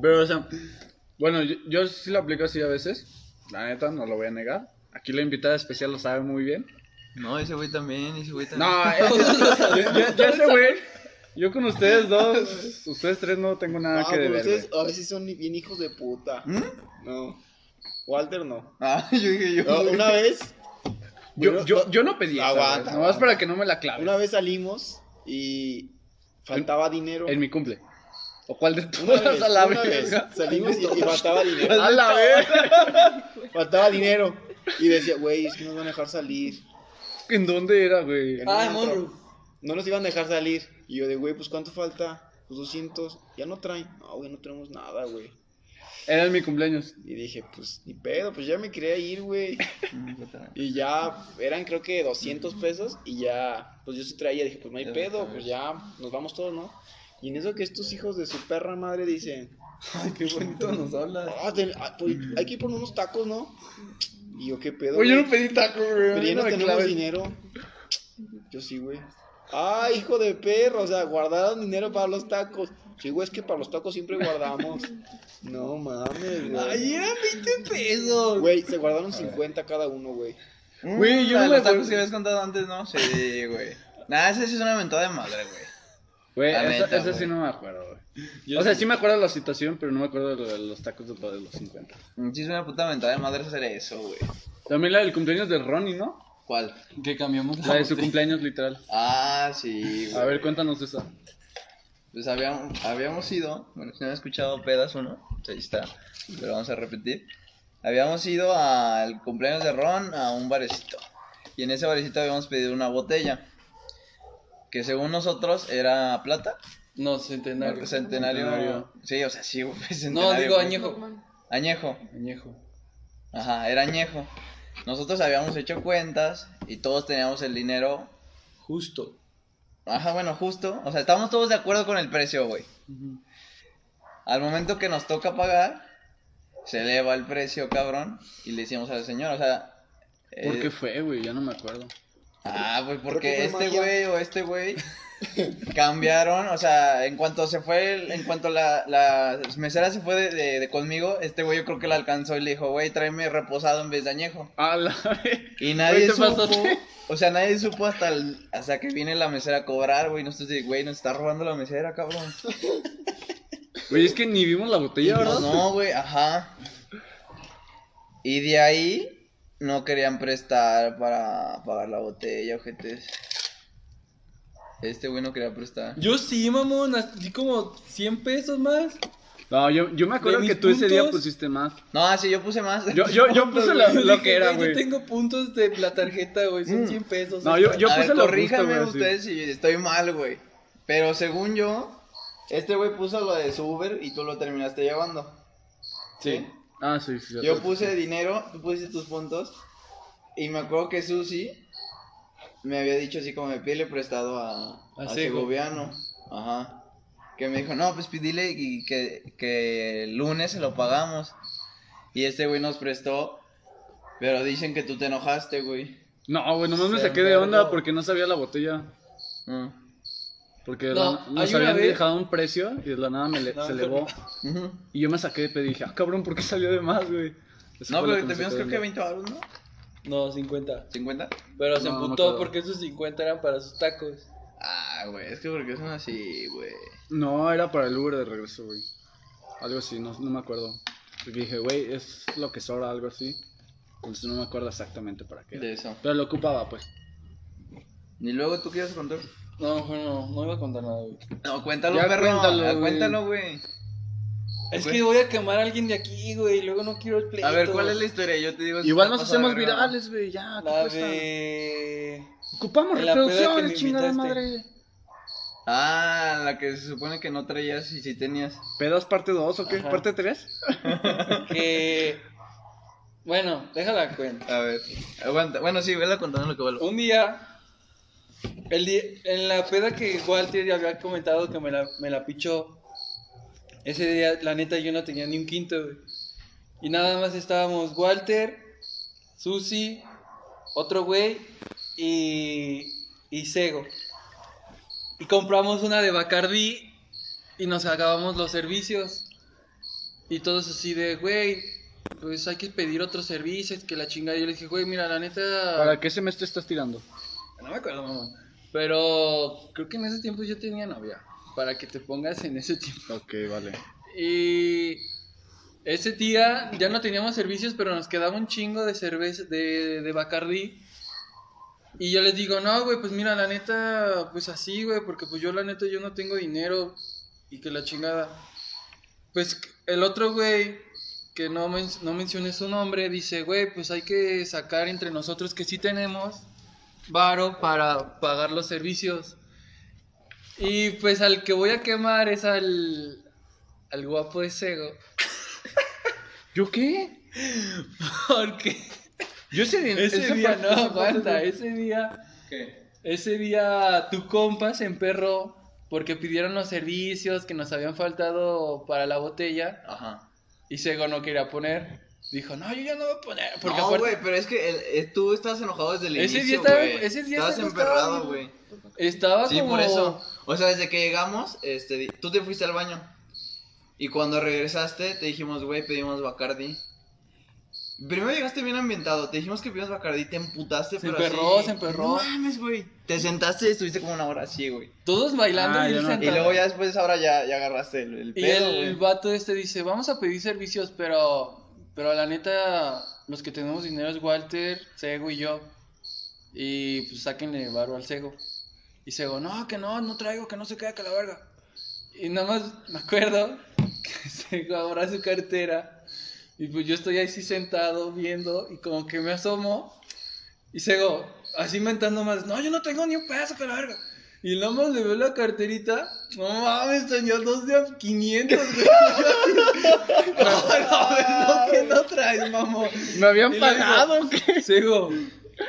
Pero, o sea, bueno, yo, yo sí lo aplico así a veces. La neta, no lo voy a negar. Aquí la invitada especial lo sabe muy bien.
No, ese güey también, ese güey también.
No, eh, ya, ya- ya sé, güey. Yo con ustedes dos, ustedes tres no tengo nada
Ah,
que
pero
deber.
ustedes
güey.
a veces son bien hijos de puta.
¿Mm?
No. Walter
[LAUGHS]
no.
Ah, [LAUGHS] yo dije yo.
No, una vez,
Yo, yo, yo no pedí esa, güey.
Aguanta,
Nomás para que no me la clave.
una vez salimos y faltaba dinero.
En mi cumple. ¿O cuál de
Una
todas
vez,
[LAUGHS] a la
una vez,
verga?
salimos y, y faltaba dinero.
A la verga.
Faltaba dinero. Y decía, güey, es que nos van a dejar salir.
¿En dónde era, güey?
En
Ah,
un antro.
Monroe.
No nos iban a dejar salir. Y yo de, güey, pues ¿cuánto falta? Pues 200. Ya no traen. No, güey, no tenemos nada, güey.
Era en mi cumpleaños.
Y dije, pues ni pedo, pues ya me quería ir, güey. Y ya eran creo que 200 pesos y ya, pues yo sí traía, dije, pues no hay pedo, pues ya nos vamos todos, ¿no? Y en eso que estos hijos de su perra madre dicen,
Ay, qué bonito nos
[LAUGHS]
habla.
ah, ten- ah, pues, hay que ir por unos tacos, ¿no? Y yo, ¿qué pedo?
Güey, yo
güey?
no pedí taco, güey.
Pero ya no
me
tenemos
claves.
dinero. Yo sí, güey. Ah, hijo de perro, o sea, guardaron dinero para los tacos. Sí, güey, es que para los tacos siempre guardamos. No mames, güey.
Ay, eran 20 pesos.
Güey, se guardaron 50 cada uno, güey.
Güey, yo no me
acuerdo.
tacos que habías contado antes, ¿no? Sí, güey. Nah, esa sí es una mentada de madre, güey.
Güey,
La
esa,
neta,
esa sí
güey.
no me acuerdo, güey. O sea, sí me acuerdo de la situación, pero no me acuerdo de lo de los tacos de lo de los 50.
Sí es una puta mentada de madre hacer eso, güey.
También la del cumpleaños de Ronnie, ¿no?
¿Cuál?
Que cambiamos
La de su cumpleaños, literal.
Ah, sí, güey.
A ver, cuéntanos esa.
Pues habíamos, habíamos ido, bueno, si no han escuchado pedas uno, pues ahí está, pero vamos a repetir. Habíamos ido al cumpleaños de Ron a un barecito. Y en ese barecito habíamos pedido una botella. Que según nosotros era plata.
No,
Centenario.
centenario.
Centenario.
Sí, o sea, sí, [LAUGHS] güey, centenario,
No, digo
güey.
añejo.
Añejo.
Añejo.
Ajá, era añejo. Nosotros habíamos hecho cuentas y todos teníamos el dinero.
Justo.
Ajá, bueno, justo. O sea, estábamos todos de acuerdo con el precio, güey. Al momento que nos toca pagar, se eleva el precio, cabrón, y le decimos al señor, o sea... eh,
¿Por qué fue, güey? Ya no me acuerdo.
Ah, pues
Creo que
porque
fue
este
magia.
güey o este güey cambiaron, o sea, en cuanto se fue, el- en cuanto la, la mesera se fue de, de- de conmigo, este güey yo creo que la alcanzó y le dijo, güey, tráeme reposado en vez de añejo.
A la [LAUGHS] verga.
Y nadie
te
supo,
pasaste.
o sea, nadie supo hasta, el- hasta que viene la mesera a cobrar, güey, nosotros de, güey, nos está robando la mesera, cabrón.
Güey, es que ni vimos la botella, ¿verdad?
No, güey, ajá. Y de ahí no querían prestar para pagar la botella, ojetes. Este güey no quería prestar.
Yo sí, mamón, así como 100 pesos más.
No, yo, yo me acuerdo
De
que
mis
tú ese día
puntos.
pusiste más.
No, ah, sí, yo puse más.
Yo, yo,
[LAUGHS]
yo puse la-
Yo
lo
dije,
que era,
Yo
güey.
tengo puntos de la tarjeta, güey,
Mm.
son 100 pesos.
No, yo, yo
A ver,
puse lo justo,
corríjanme
güey. así.
ustedes si estoy mal, güey. Pero según yo, este güey puso lo de su Uber y tú lo terminaste llevando.
Sí. Ah, sí, sí. ya
Yo
te-
puse dinero, tú pusiste tus puntos. Y me acuerdo que Susi me había dicho así como me pídele prestado a,
A
a
Sego.
Segoviano. Ajá. Que me dijo, no, pues pídile y que, que el lunes se lo pagamos. Y este güey nos prestó. Pero dicen que tú te enojaste, güey.
No, güey, nomás me
Se
saqué de onda
envergó.
porque no sabía la botella.
Mm.
Ah. Porque de
No,
la- nos
hay una
habían
vez-
dejado un precio y de la nada me le- se elevó.
Ujú.
Y yo me saqué de pedo y dije, ah, cabrón, ¿por qué salió de más, güey? Eso
No,
fue lo
pero
me
teníamos creo
sacó de
que
onda.
20 baros, ¿no?
No, 50.
¿50?
Pero se
No, no me
emputó
acuerdo.
porque esos 50 eran para sus tacos.
Ah, güey, es que porque son así, güey.
No, era para el Uber de regreso, güey. Algo así, no, no me acuerdo. Porque dije, güey, es lo que sobra, algo así. Entonces no me acuerdo exactamente para qué. era.
De eso.
Pero lo ocupaba, pues.
Y luego tú quieres contar.
No, mejor no, no iba a contar nada, güey.
No, cuéntalo,
Ya
perro.
cuéntalo,
ah,
güey.
Cuéntalo, güey.
Es que voy a quemar a alguien de aquí, güey. y Luego no quiero el pleito.
A ver, ¿cuál es la historia? Yo te
Pues,
digo. si
Igual
está
nos
pasada
hacemos
de verga.
virales, güey, ya. ¿qué
La
cuesta?
de.
Ocupamos
la peda que
reproducciones,
me
chingada
invitaste.
madre.
Ah, la que se supone que no traías y sí tenías.
¿Pedas parte 2 o qué?
Ajá.
¿Parte 3?
Que. Bueno, déjala cuenta.
A ver, aguanta. Bueno, sí, vela contando lo que vuelvo.
Un día. El di- en la peda que Walter ya había comentado que me la, me la pichó. Ese día, la neta, yo no tenía ni un quinto, güey. Y nada más estábamos Walter, Susi, otro güey y. y Sego. Y compramos una de Bacardi y nos acabamos los servicios. Y todos así de, güey, pues hay que pedir otros servicios, que la chingada. Yo le dije, güey, mira, la neta.
¿Para qué semestre estás tirando?
No me acuerdo, mamón. Pero creo que en ese tiempo yo tenía novia. Para que te pongas en ese tiempo.
Ok, vale.
Y ese día ya no teníamos servicios, pero nos quedaba un chingo de cerveza, de, de Bacardi. Y yo les digo, no, güey, pues mira, la neta, pues así, güey, porque pues yo la neta yo no tengo dinero y que la chingada. Pues el otro güey, que no, men- no mencioné su nombre, dice, güey, pues hay que sacar entre nosotros que sí tenemos varo para pagar los servicios. Y pues al que voy a quemar es al, al guapo de Sego.
[LAUGHS] ¿Yo qué?
[LAUGHS] Porque
Yo ese, día-
ese
esa
día,
parte-
no,
esa parte-
aguanta, ese día, ese día tu compa se emperró porque pidieron los servicios que nos habían faltado para la botella
Ajá.
y Sego no quería poner. Dijo, no, yo ya no voy a poner. Porque
no,
aparte-
güey, pero es que el- eh, tú estabas enojado desde el
Ese día
inicio,
estaba-
güey.
ese día
Estabas
se enojaba,
emperrado,
güey.
güey.
estaba
Sí,
como...
por eso. O sea, desde que llegamos, este, di- tú te fuiste al baño. Y cuando regresaste, te dijimos, güey, pedimos Bacardi. Primero llegaste bien ambientado, te dijimos que pedimos Bacardi, te emputaste,
Se
pero
emperró,
así-
se emperró.
No mames, güey. Te sentaste y estuviste como una hora así, güey.
Todos bailando
Ah,
y,
yo
él
no-
sentado.
Y luego ya después de esa hora ya, ya agarraste el, el
Y
pedo,
el
güey.
vato este dice, vamos a pedir servicios, pero, pero la neta, los que tenemos dinero es Walter, Sego y yo. Y pues sáquenle varo al Sego. Y Sego, no, que no, no traigo, que no se queda que la verga. Y nada más me acuerdo [LAUGHS] que Sego abra su cartera. Y pues yo estoy ahí sí sentado viendo y como que me asomo. Y Sego, así inventando más, no, yo no tengo ni un peso que la verga. Y nada más le veo la carterita. No mames, tenía dos de a 500,
[LAUGHS]
güey. no, no, no, que no traes, mamón.
Me habían
Y
[LAUGHS]
le
pagado.
digo, Sego,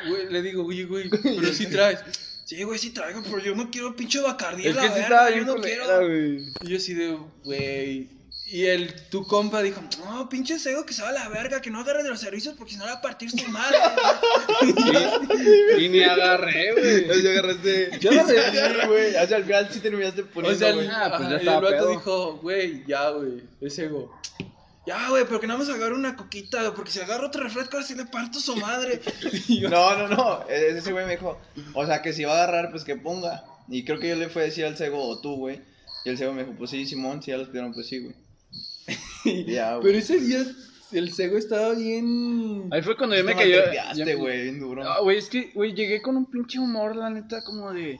güey, le digo, güey, güey, pero sí traes. Sí, güey, sí traigo, pero yo no quiero pinche bacardí.
Es
la
que sí
verga,
estaba
yo
bien
no
culera,
quiero.
güey.
Y yo así de, güey. Y el, tu compa dijo, no, pinche cego que se va a la verga, que no agarres de los servicios porque si no va a partir su madre.
Y ni agarré, güey.
Entonces ya agarraste.
Yo no sé.
güey. O sea, al final sí terminaste poniendo,
o sea,
güey.
el,
Ah, pues ya
ajá,
estaba
y el vato
pedo.
dijo, güey, ya, güey, es ego. Ya, güey, pero que no vamos a agarrar una coquita, porque si agarro otro refresco, así le parto su madre.
[LAUGHS] No, no, no. e- Ese güey me dijo, o sea, que si va a agarrar, pues que ponga. Y creo que yo le fui a decir al cego, o tú, güey. Y el cego me dijo, pues sí, Simón, si ya los pidieron, pues sí, [LAUGHS] güey. Y ya,
pero
güey.
ese día el cego estaba bien...
Ahí fue cuando yo me
Te
cayó.
maltripeaste,
ya-
güey, bien duro.
Ah, güey, es que, güey, llegué con un pinche humor, la neta, como de.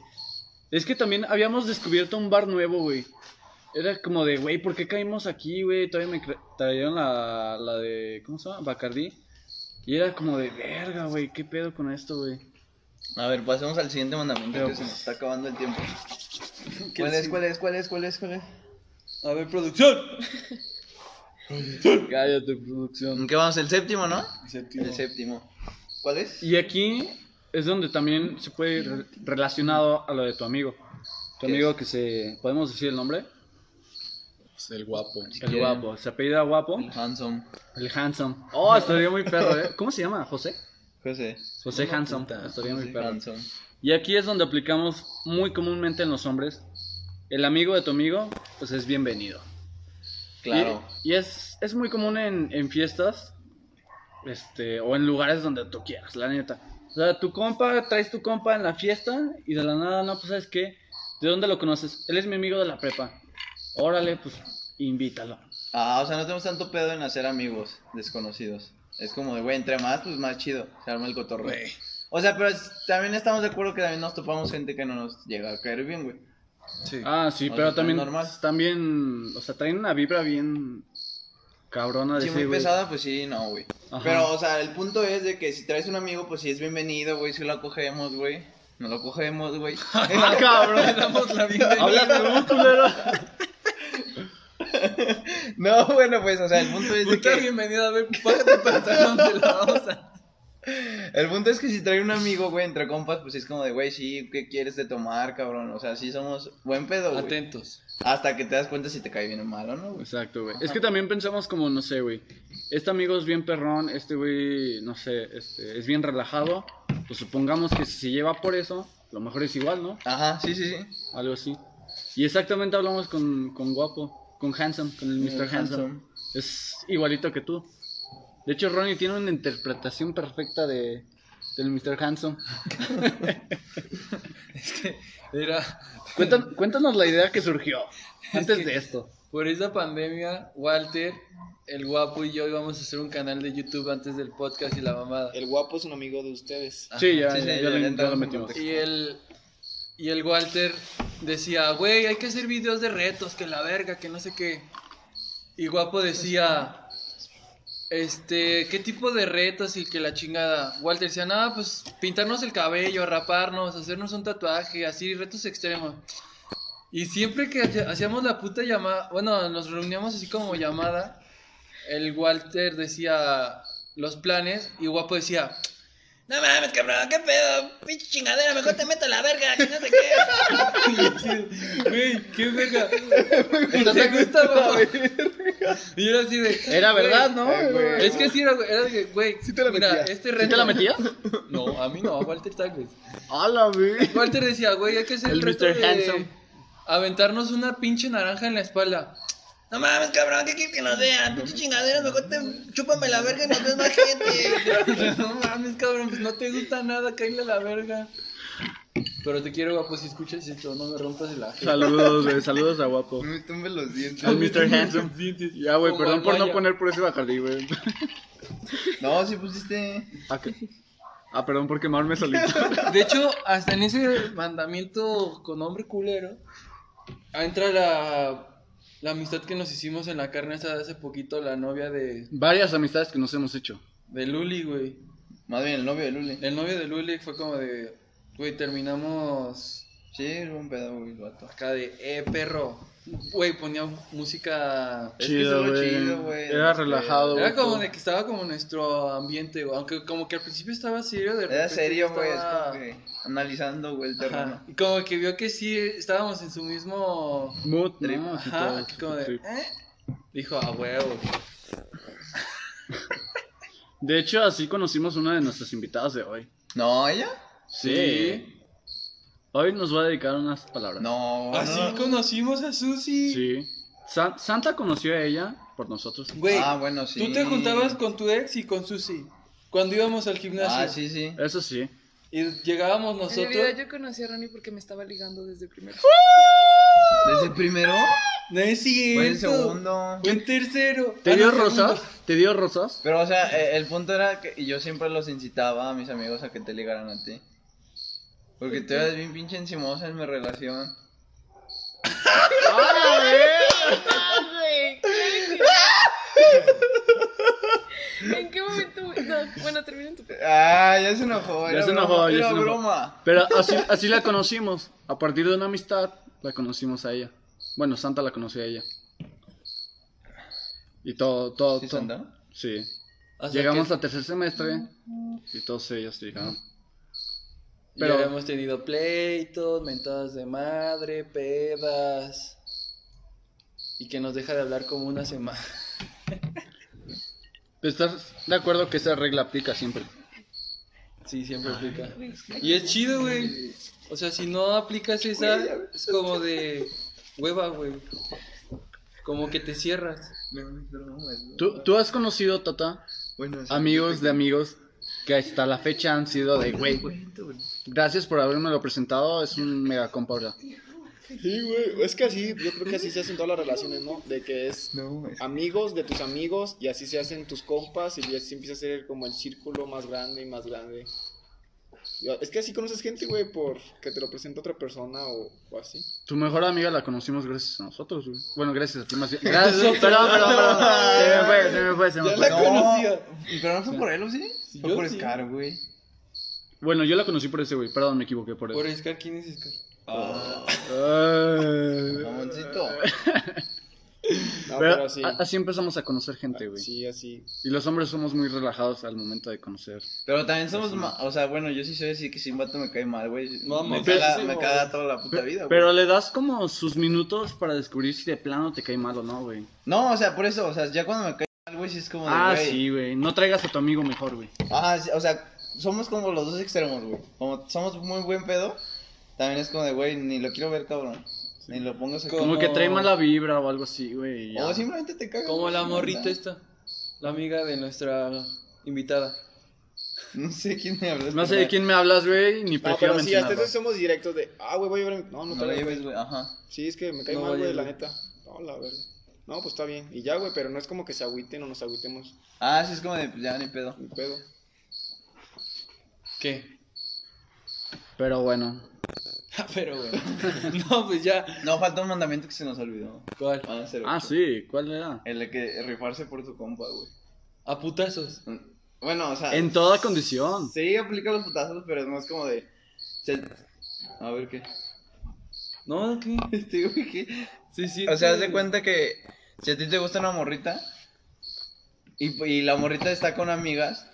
Es que también habíamos descubierto un bar nuevo, güey. Era como de, güey, ¿por qué caímos aquí, güey? Todavía me cre- trajeron la, la de. ¿Cómo se llama? Bacardí. Y era como de, verga, güey, ¿qué pedo con esto, güey?
A ver, pasemos al siguiente mandamiento
Pero,
que se nos está acabando el [LAUGHS] tiempo. ¿Cuál es, cuál es, cuál es, cuál es, cuál es?
A ver, producción.
Cállate, producción.
¿En qué vamos? El séptimo, ¿no?
Séptimo.
El séptimo. ¿Cuál es?
Y aquí es donde también se puede ir re- relacionado a lo de tu amigo. Tu
¿Qué
amigo
es?
que se. ¿Podemos decir el nombre?
el guapo.
Si
el
quieren,
guapo. Se apellida guapo.
El handsome.
El handsome. Oh, estaría muy perro, ¿eh? ¿Cómo se llama? ¿José?
José.
José Handsome. Estaría muy
José
perro.
Handsome.
Y aquí es donde aplicamos muy comúnmente en los hombres. El amigo de tu amigo, pues es bienvenido.
Claro.
Y, y es, es muy común en, en fiestas. Este, o en lugares donde tú quieras, la neta. O sea, tu compa, traes tu compa en la fiesta y de la nada, no, pues sabes qué. ¿De dónde lo conoces? Él es mi amigo de la prepa. Órale, pues invítalo.
Ah, o sea, no tenemos tanto pedo en hacer amigos desconocidos. Es como de, güey, entre más, pues más chido. Se arma el cotorreo. O sea, pero es- también estamos de acuerdo que también nos topamos gente que no nos llega a caer bien, güey.
Sí.
Ah, sí,
O sea,
pero
está
también,
normal.
también, o sea, traen una vibra bien, cabrona de
Sí,
Ah, sí,
muy
güey.
pesada, pues sí, no, güey.
Ajá.
Pero, o sea, el punto es de que si traes un amigo, pues sí es bienvenido, güey. Si lo acogemos, güey. No lo cogemos, güey. [LAUGHS]
Ah, cabrón, le damos la bienvenida.
no, bueno, pues, o sea, el punto es de
Puta
que.
bienvenida, a ver, paga tu pantalón, te la vamos a...
El punto es que si trae un amigo, güey, entre compas, pues sí es como de, güey, sí, ¿qué quieres de tomar, cabrón? O sea, sí somos buen pedo, güey.
Atentos.
Hasta que te das cuenta si te cae bien o mal o no, güey.
Exacto, güey. Es que también pensamos como, no sé, güey. Este amigo es bien perrón, este güey, no sé, este, es bien relajado. Pues supongamos que si se lleva por eso, lo mejor es igual, ¿no?
Ajá, sí, sí, sí.
Algo así. Y exactamente hablamos con, con Guapo, con Handsome,
Eh,
con el Mr. Handsome. Es igualito que tú. De hecho, Ronnie tiene una interpretación perfecta de, del Mr. Handsome.
Mira,
Cuéntanos, cuéntanos la idea
[LAUGHS]
que surgió antes de esto.
por esa pandemia, Walter, el guapo y yo íbamos a hacer un canal de YouTube antes del podcast y la mamada.
El guapo es un amigo de ustedes.
Sí, ya,
sí, sí,
ya,
ya,
lo-
ya
ya
entramos
lo
en
metimos.
Y el, y el Walter decía, güey, hay que hacer videos de retos, que la verga, que no sé qué. Y Guapo decía, este, ¿qué tipo de retos y que la chingada? Walter decía, nada, pues pintarnos el cabello, raparnos, hacernos un tatuaje, así, retos extremos. Y siempre que hace- hacíamos la puta llamada, bueno, nos reuníamos así como llamada, el Walter decía los planes y Guapo decía, no mames, cabrón, qué pedo, pinche chingadera, mejor te meto la verga, que no sé qué. Güey, qué verga. ¿Te gusta, papá? [LAUGHS] Y yo así de.
Era
güey,
verdad, ¿no?
Eh,
Es que sí era, güey, era de que, güey.
te la
mira,
metía.
este reto.
¿Sí te
[LAUGHS]
la metías?
No, a mí no, a Walter tal vez.
¡Hala, güey!
Walter decía, güey, hay que hacer
El
el reto
Mr.
de
Handsome.
aventarnos una pinche naranja en la espalda. [LAUGHS]
No mames, cabrón, ¿qué quieres que nos vean? Pinche chingaderas, mejor te chúpame la verga y no te más gente.
no mames, cabrón, pues no te gusta nada, cállale a la verga. Pero te quiero, guapo, si escuchas esto, no me rompas el aje.
Saludos, güey, saludos a Guapo.
No me tumbes los dientes.
Al Mr. Handsome. Ya, güey,
Como
perdón por no
Guaya.
poner por ese bacardí, güey.
[LAUGHS] No, sí pusiste.
[LAUGHS] Ah, ¿qué? Ah, perdón por quemarme solito.
De hecho, hasta en ese mandamiento con hombre culero, entra la, la amistad que nos hicimos en la carne asada hace poquito, la novia de,
Varias amistades que nos hemos hecho.
de Luli, güey.
Más bien el novio de Lule.
El novio de Luli fue como de, güey, terminamos
Sí, es un pedo, güey, el vato.
acá de, eh, perro. Güey, ponía música...
Es que eso es lo chido, güey, de
este, Era
los
relajado,
Era
güey.
como de que estaba como nuestro ambiente, güey. Aunque como que al principio estaba serio, de
Era
repente
serio,
ya
güey, es
estaba-
como que analizando, güey, el
Ajá.
terreno.
Y como que vio que sí estábamos en su mismo
Mood,
Trip.
¿no? Así todo,
Ajá,
así
como de,
trip.
¿eh? Dijo, a huevo.
[LAUGHS]
Ah,
De hecho, así conocimos una de nuestras invitadas de hoy.
¿No, ella?
Sí. Hoy nos va a dedicar unas palabras.
No,
Así
no.
conocimos a Susi.
Sí. San- Santa conoció a ella por nosotros.
Güey,
Ah, bueno, sí.
tú te juntabas con tu ex y con Susi. Cuando íbamos al gimnasio.
Ah, sí, sí.
Eso sí.
Y llegábamos
En realidad
nosotros.
yo conocí a Ronnie porque me estaba ligando desde primero.
¿Desde el primero?
No es
Fue el
cierto.
segundo.
Fue en tercero.
¿Te
Ah,
dio
no, segundo.
rosas? ¿Te dio rosas?
Pero, o sea, eh, el punto era que y yo siempre los incitaba a mis amigos a que te ligaran a ti. Porque tú eras bien pinche encimosa en mi relación.
[LAUGHS] ¿En qué momento? güey? No, bueno, termina en tu
Ah, ya se enojó.
Ya
era
se enojó,
broma,
ya
era
se enojó.
broma.
Pero así, así la conocimos. A partir de una amistad, la conocimos a ella. Bueno, Santa la conoció a ella. Y todo, todo,
¿Sí,
todo.
Santa?
Sí.
O sea
Llegamos
que
a tercer semestre y todos ellos llegaron.
ya
pero-
habíamos tenido pleitos, mentadas de madre, pedas. Y que nos deja de hablar como una semana.
¿Estás de acuerdo que esa regla aplica siempre?
Sí, siempre aplica. Y es chido, güey. O sea, si no aplicas esa, es como de hueva, güey. Como que te cierras.
¿Tú, tú has conocido, Tata,
Bueno, sí.
amigos de amigos que hasta la fecha han sido de güey. Gracias por haberme lo presentado, es un mega compa ahora.
Sí, güey. Es que así, yo creo que así se hacen todas las relaciones, ¿no? De que es
No, es-
amigos de tus amigos y así se hacen tus compas y así empieza a ser como el círculo más grande y más grande. Es que así conoces gente, güey, por que te lo presenta otra persona o, o así.
Tu mejor amiga la conocimos gracias a nosotros, güey. Bueno, gracias a ti más bien. Gracias, perdón, perdón, perdón. Se me fue, se me fue, se
[LAUGHS]
me
Ya
fue.
la conocía.
Pero no fue por él, ¿o sí? fue por Scar, güey.
Bueno, yo la conocí por ese güey, perdón, me equivoqué por eso.
¿Por Scar? ¿Quién es Scar?
Ah.
Ramoncito.
No,
Pero
pero así.
a- así empezamos a conocer gente, güey.
Sí, así.
Y los hombres somos muy relajados al momento de conocer.
Pero también somos ma- O sea, bueno, yo sí soy así que sin vato me cae mal, güey.
No,
me,
mames.
caga,
Sí,
me
güey.
caga toda la puta vida, güey.
Pero le das como sus minutos para descubrir si de plano te cae mal o no, güey.
No, o sea, por eso, o sea, ya cuando me cae mal, güey, sí es como de,
Ah,
güey.
sí, güey. No traigas a tu amigo mejor, güey.
Ajá, sí, o sea, somos como los dos extremos, güey. Como somos muy buen pedo, también es como de, güey, ni lo quiero ver, cabrón. Ni lo pongas aquí.
Como
Como-
que trae mala vibra o algo así, güey. ya.
O simplemente te cagas.
Como
güey,
la
¿no?
morrita esta, la amiga de nuestra invitada.
No sé quién me hablas.
No sé
carnal.
de quién me hablas, güey, ni
No,
prefiero
pero sí, hasta
mencionarlo.
eso somos directos de, ah, güey, voy a llevar. a mi- No, no,
No
te
la
la
lleves, güey, ajá.
Sí, es que me cae
No
mal,
vaya
güey, la
bien.
neta. No, la verdad. No, pues está bien. Y ya, güey, pero no es como que se agüiten o nos agüitemos.
Ah, sí, es como de, pues, ya ni
[LAUGHS]
pedo.
Ni pedo.
¿Qué? [LAUGHS]
Pero bueno.
Ah, Pero bueno. No, pues ya.
[LAUGHS] No, falta un mandamiento que se nos olvidó.
¿Cuál?
Van a ser
Ah,
ocho.
sí, ¿cuál era?
El de que rifarse por tu compa, güey.
A putazos.
Bueno, o sea.
En toda condición.
Sí, aplica los putazos, pero es más como de. se- A ver qué. [LAUGHS]
No, ¿qué?
Este, güey, ¿qué?
Sí, sí.
O sea, haz de cuenta que si a ti te gusta una morrita y, y la morrita está con amigas,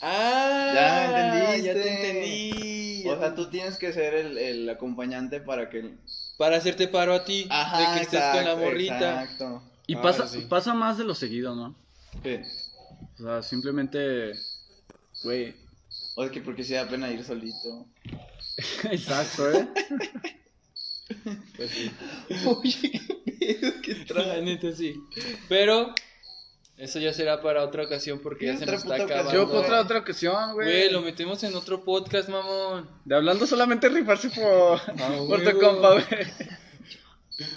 Ah,
Ya
Ya te
entendiste.
entendí.
o sea, tú tienes que ser el, el acompañante para que.
Para hacerte paro a ti. de que estés con la
exacto,
morrita.
Exacto.
Y
Ah,
pasa,
sí.
pasa más de lo seguido, ¿no?
Sí.
O sea, simplemente. Güey. [LAUGHS]
O es que porque se da pena ir solito.
Exacto, ¿eh?
Oye, qué pedo que
[LAUGHS] La neta, sí. Pero eso ya será para otra ocasión porque
Sí,
ya se
otra
nos está
puta
acabando.
ocasión.
Yo por otra, otra ocasión,
Güey,
güey.
lo metemos en otro podcast, mamón.
De hablando solamente rifarse por, por tu
huevo.
compa, güey.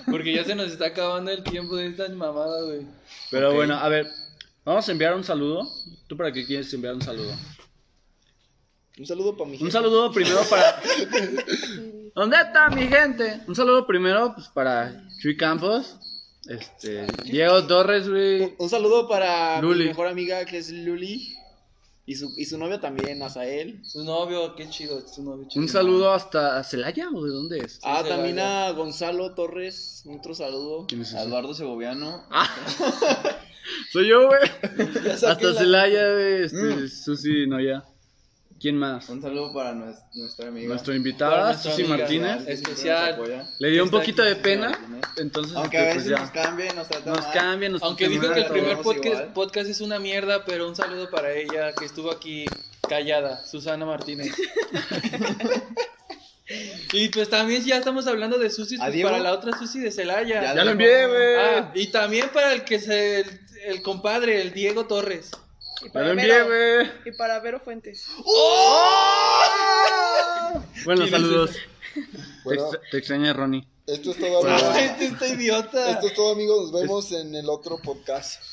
Porque ya se nos está acabando el tiempo de esta mamada, güey.
Pero bueno, a ver. Vamos a enviar un saludo. ¿Tú para qué quieres enviar un saludo?
Un saludo para mi
Un
gente.
saludo primero para. ¿Dónde está mi gente? Un saludo primero pues, para Chuy Campos, este, Diego Torres, güey.
Un saludo para
Luli.
mi mejor amiga que es Luli. Y su, y su novia también, Azael.
Su novio, qué chido, su novio chido.
Un saludo hasta Celaya, ¿o de dónde es?
ah,
se
también
vaya.
a Gonzalo Torres. Otro saludo.
¿Quién es ese?
Eduardo Segoviano.
Soy yo, güey.
Ya saqué
Hasta
la-
Celaya, güey. Este,
Mm.
Susi Noya. ¿Quién más?
Un saludo para nues- nuestra amiga.
Nuestra
Para
invitada,
nuestra
Susi
amiga,
Martínez.
Que siempre
Especial.
nos apoya.
Le dio un
Está
poquito
aquí,
de pena. Entonces,
Aunque a
este,
veces
pues
nos
ya.
cambie, nos trata
Nos
mal.
cambian, nos
Aunque dijo
terminan
que el
de
primer
todos
podcast,
igual.
podcast es una mierda, pero un saludo para ella que estuvo aquí callada, Susana Martínez. y pues también ya estamos hablando de Susi
¿A Diego?
para la otra Susi de Celaya.
Ya
Ya lo envié, güey.
Ah, y también para el que se el, el compadre, el Diego Torres.
Y
Ya
para
lo envié,
Vero-
güey.
Y para Vero Fuentes.
Bueno,
¿Quién es
saludos. Te,
Bueno.
extra- te extraña, Ronnie.
Esto es todo, [LAUGHS]
Bueno.
amigos.
Este está idiota.
Esto es todo, amigos. Nos vemos en el otro podcast.